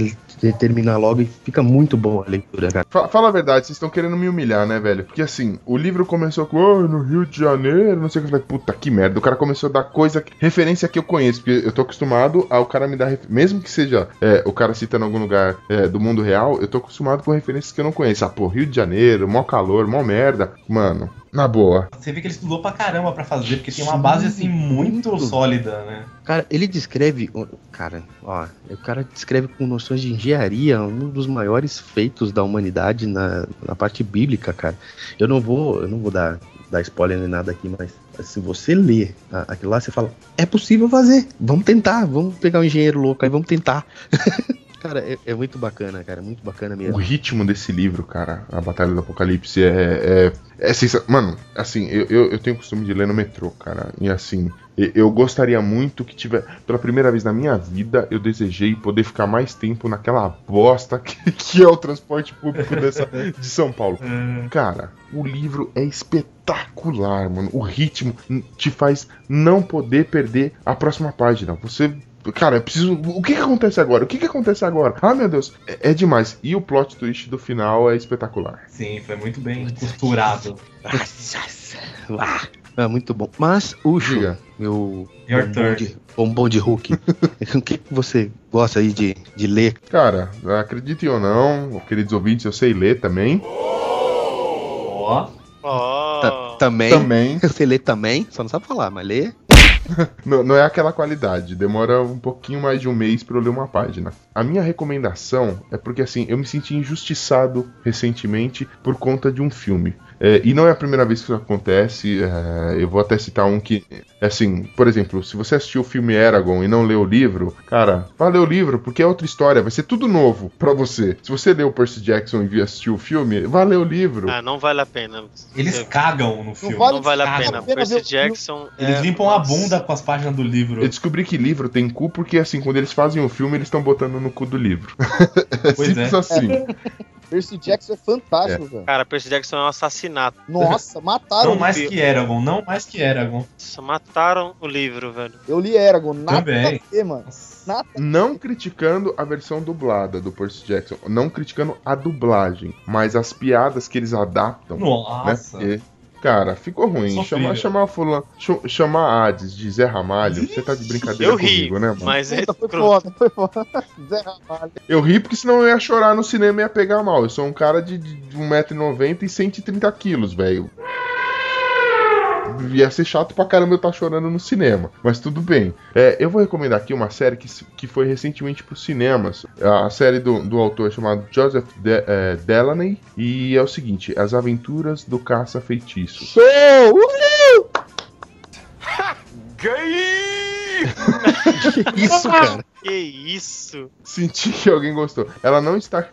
terminar logo e fica muito boa a leitura, cara. Fa- Fala a verdade, vocês estão querendo me humilhar, né, velho? Porque assim, o livro começou com, oh, no Rio de Janeiro, não sei o que. Eu falei, puta que merda. O cara começou a dar coisa, referência que eu conheço, porque eu tô acostumado ao cara me dar, ref- mesmo que seja é, o cara citando algum lugar é, do mundo real, eu tô acostumado com referências que eu não conheço. Ah, pô, Rio de Janeiro, mó calor, mó merda. Mano, na boa. Você vê que ele estudou pra caramba pra fazer, porque tem uma base assim muito sólida, né? Cara, ele descreve. o- Cara, ó, o cara descreve com noções de engenharia um dos maiores feitos da humanidade na, na parte bíblica, cara. Eu não vou, eu não vou dar, dar spoiler nem nada aqui, mas se você ler a- aquilo lá, você fala, é possível fazer, vamos tentar, vamos pegar um engenheiro louco aí, vamos tentar. cara, é, é muito bacana, cara, é muito bacana O mesmo. ritmo desse livro, cara, A Batalha do Apocalipse, é. é, é sensa- Mano, assim, eu, eu, eu tenho o costume de ler no metrô, cara. E assim, e- eu gostaria muito que tiver. Pela primeira vez na minha vida, eu desejei poder ficar mais tempo naquela bosta que, que é o transporte público dessa, de São Paulo. É. Cara, o livro é espetacular, mano. O ritmo n- te faz não poder perder a próxima página. Você. Cara, eu preciso. O que, que acontece agora? O que, que acontece agora? Ah, meu Deus, é, é demais. E o plot twist do final é espetacular. Sim, foi muito bem costurado. É Ah, muito bom. Mas, Ucho, Diga. meu Your bombom turn. de, bombom de Hulk, o que, que você gosta aí de, de ler, Cara, acreditem ou não, queridos ouvintes, eu sei ler também. Ó. Ó, Ta- também. Também. Você lê também, só não sabe falar, mas lê. Não, não é aquela qualidade, demora um pouquinho mais de um mês pra eu ler uma página. A minha recomendação é porque assim, eu me senti injustiçado recentemente por conta de um filme. É, e não é a primeira vez que isso acontece, é, eu vou até citar um que, é assim, por exemplo, se você assistiu o filme Eragon e não leu o livro, cara, vá ler o livro, porque é outra história, vai ser tudo novo pra você. Se você leu o Percy Jackson e assistiu o filme, vá ler o livro. ah, não vale a pena. Eles cagam no filme. vale- Não vale a Cara, pena. apenas eu- Percy Jackson. Eles é- limpam a bunda com as páginas do livro. Eu descobri que livro tem cu porque, assim, quando eles fazem um filme, eles estão botando no cu do livro. Pois é. Simples assim. Percy Jackson é fantástico, velho. Cara, Percy Jackson é um assassinato. Nossa, mataram. Não mais vi- que Eragon, não mais que Eragon. Nossa, mataram o livro, velho. Eu li Eragon, nada Também. a ver, mano. Nada. Não criticando a versão dublada do Percy Jackson, não criticando a dublagem, mas as piadas que eles adaptam, Nossa. né? Porque, cara, ficou ruim. Sofrível. Chamar, chamar fulano, chu- chamar Hades de Zé Ramalho, você tá de brincadeira Eu ri, comigo, né, mano? mas é Puta, foi cru. foda, foi foda. Zé Ramalho. Eu ri porque senão eu ia chorar no cinema e ia pegar mal. Eu sou um cara de, de de 1,90m e 130kg, velho. Ia ser chato pra caramba eu estar chorando no cinema. Mas tudo bem. É, eu vou recomendar aqui uma série que, se- que foi recentemente pros cinemas. A série do, do autor chamado Joseph De- é, Delaney. E é o seguinte: As Aventuras do Caça Feitiço. Show! Uh! Que isso, cara? Que isso? Senti que alguém gostou. Ela não está.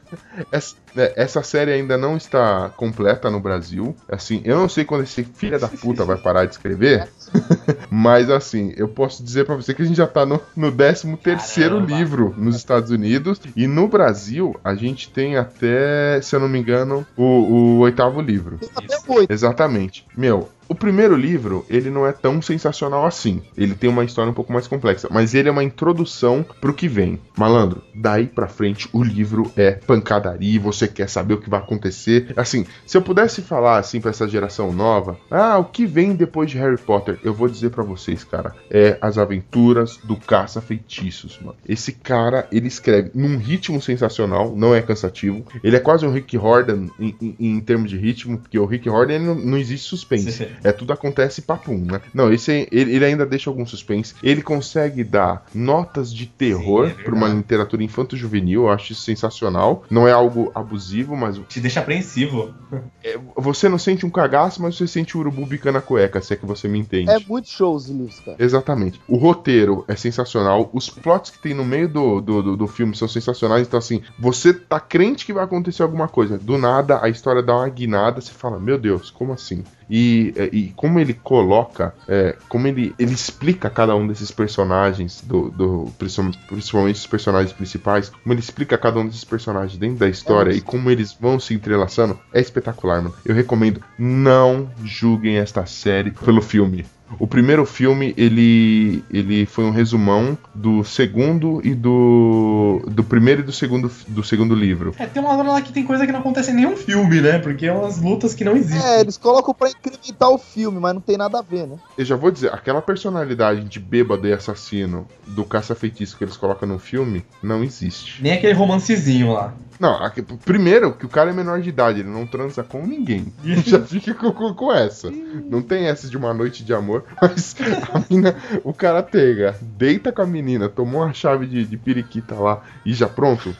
Essa, né, essa série ainda não está completa no Brasil. Assim, eu não sei quando esse filho da puta vai parar de escrever. Mas assim, eu posso dizer pra você que a gente já tá no, no 13 terceiro Caramba. livro nos Estados Unidos. E no Brasil, a gente tem até, se eu não me engano, o, o oitavo livro. Até oito. Exatamente. Meu, o primeiro livro, ele não é tão sensacional assim. Ele tem uma história um pouco mais complexa, mas ele é uma introdução pro que vem. Malandro, daí pra frente o livro é pancadaria, e você quer saber o que vai acontecer. Assim, se eu pudesse falar assim pra essa geração nova, ah, o que vem depois de Harry Potter? Eu vou dizer pra vocês, cara, é as aventuras do caça feitiços, mano. Esse cara, ele escreve num ritmo sensacional, não é cansativo. Ele é quase um Rick Horton em, em- em termos de ritmo, porque o Rick Horton ele não, não existe suspense. É tudo acontece e papum, né? Não, esse ele, ele ainda deixa algum suspense. Ele consegue dar notas de terror Sim, é pra uma verdade. literatura infanto-juvenil, eu acho isso sensacional. Não é algo abusivo, mas Te deixa apreensivo. é, você não sente um cagaço, mas você sente o urubu bicando a cueca, se é que você me entende. É muito show os livros, cara. Exatamente. O roteiro é sensacional. Os plots que tem no meio do, do, do, do filme são sensacionais. Então, assim, você tá crente que vai acontecer alguma coisa. Do nada, a história dá uma guinada. Você fala, meu Deus, como assim? E, é, e como ele coloca, é, como ele, ele explica cada um desses personagens, do, do, principal- principalmente os personagens principais, como ele explica cada um desses personagens dentro da história É, e como eles vão se entrelaçando, é espetacular, mano. Eu recomendo. Não julguem esta série pelo filme. O primeiro filme, ele, ele foi um resumão do segundo e do. do primeiro e do segundo, do segundo livro. É, tem uma hora lá que tem coisa que não acontece em nenhum filme, né? Porque é umas lutas que não É, existem. eles colocam pra incrementar o filme, mas não tem nada a ver, né? Eu já vou dizer, aquela personalidade de bêbado e assassino do caça-feitiço que eles colocam no filme não existe. Nem aquele romancezinho lá. Não, aque- primeiro que o cara é menor de idade, ele não transa com ninguém. Já fica com, com- com essa. Não tem essa de uma noite de amor, mas a mina, o cara pega, deita com a menina, tomou uma chave de, de periquita lá e já pronto.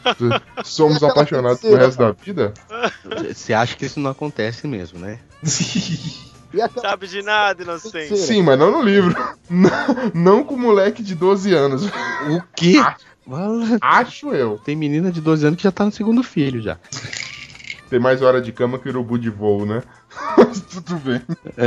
Somos apaixonados pro resto da vida? Você acha que isso não acontece mesmo, né? E aquela Sabe de nada, inocente. Sim, mas não no livro. Não, não com moleque de 12 anos. O quê? Ah. Fala, Acho eu. Tem menina de 12 anos que já tá no segundo filho já. Tem mais hora de cama que urubu de voo, né? Mas tudo bem.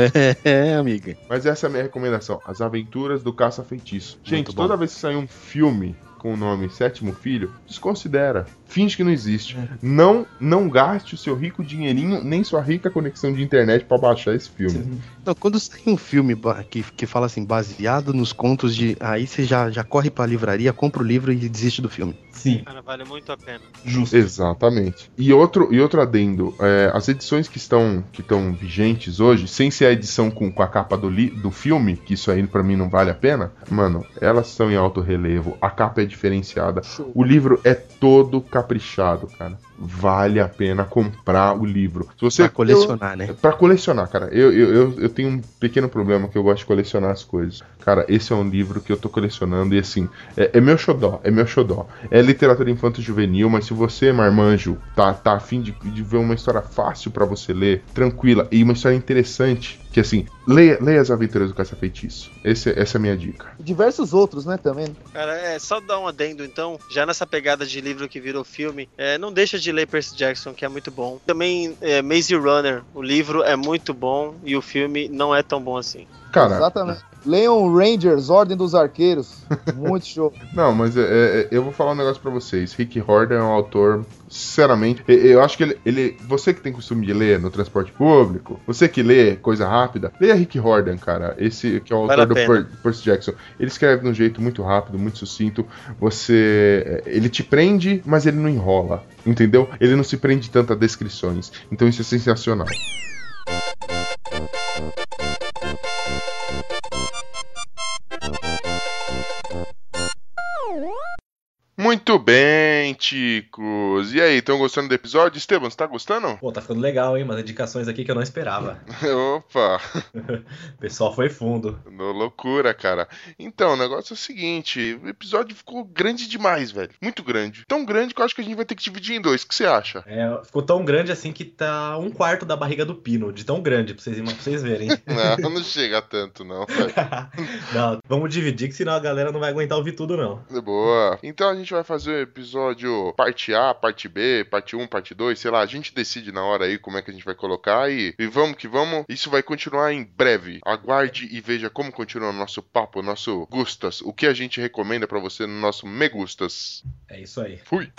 É, amiga. Mas essa é a minha recomendação: As Aventuras do Caça Feitiço. Gente, Muito bom. toda vez que sair um filme com o nome Sétimo Filho, desconsidera. Finge que não existe. É. Não, não gaste o seu rico dinheirinho, nem sua rica conexão de internet pra baixar esse filme. Não, quando sai um filme ba- que, que fala assim, baseado nos contos de. Aí você já, já corre pra livraria, compra o livro e desiste do filme. Sim, Cara, vale muito a pena. justo. Exatamente. E outro, e outro adendo, é, as edições que estão, que estão vigentes hoje, sem ser a edição com, com a capa do, li- do filme, que isso aí pra mim não vale a pena, mano, elas estão em alto relevo, a capa é diferenciada, show. o livro é todo caprichado, cara. Vale a pena comprar o livro. Se você pra colecionar, né? Pra colecionar, cara. Eu, eu, eu, eu tenho um pequeno problema que eu gosto de colecionar as coisas. Cara, esse é um livro que eu tô colecionando e assim, é, é meu xodó, é meu xodó. É literatura infanto-juvenil, mas se você, marmanjo, tá, tá afim de, de ver uma história fácil pra você ler, tranquila, e uma história interessante, que assim, leia, leia As Aventuras do Caça-Feitiço. Esse- Essa é a minha dica. E diversos outros, né, também. Cara, é só dar um adendo então, já nessa pegada de livro que virou filme, é, não deixa de ler Percy Jackson, que é muito bom. Também é, Maze Runner, o livro é muito bom e o filme não é tão bom assim. Cara, Exatamente. Leon Rangers, Ordem dos Arqueiros. Muito show. Não, mas é, é, eu vou falar um negócio pra vocês. Rick Horner é um autor, sinceramente, e- eu acho que ele, ele- Você que tem costume de ler no transporte público, você que lê coisa rápida, leia Rick Horner, cara. Esse que é o Vale autor a do pena. Pur- Percy Jackson. Ele escreve de um jeito muito rápido, muito sucinto. Você. é, Ele te prende, mas ele não enrola. Entendeu? Ele não se prende tanto a descrições. Então isso é sensacional. Muito bem, ticos. E aí, estão gostando do episódio? Esteban, você tá gostando? Pô, tá ficando legal, hein? Umas indicações aqui que eu não esperava. Opa! O pessoal foi fundo. No, loucura, cara. Então, o negócio é o seguinte: o episódio ficou grande demais, velho. Muito grande. Tão grande que eu acho que a gente vai ter que dividir em dois. O que você acha? É, ficou tão grande assim que tá um quarto da barriga do Pino, de tão grande, pra vocês, pra vocês verem. Não, não chega a tanto, não, velho. não, vamos dividir, que senão a galera não vai aguentar ouvir tudo, não. Boa. Então a gente vai fazer o episódio parte A, parte B, parte 1, parte 2, sei lá, a gente decide na hora aí como é que a gente vai colocar e, e vamos que vamos. Isso vai continuar em breve. Aguarde e veja como continua o nosso papo, o nosso Gustas, o que a gente recomenda pra você no nosso Me Gustas. É isso aí. Fui.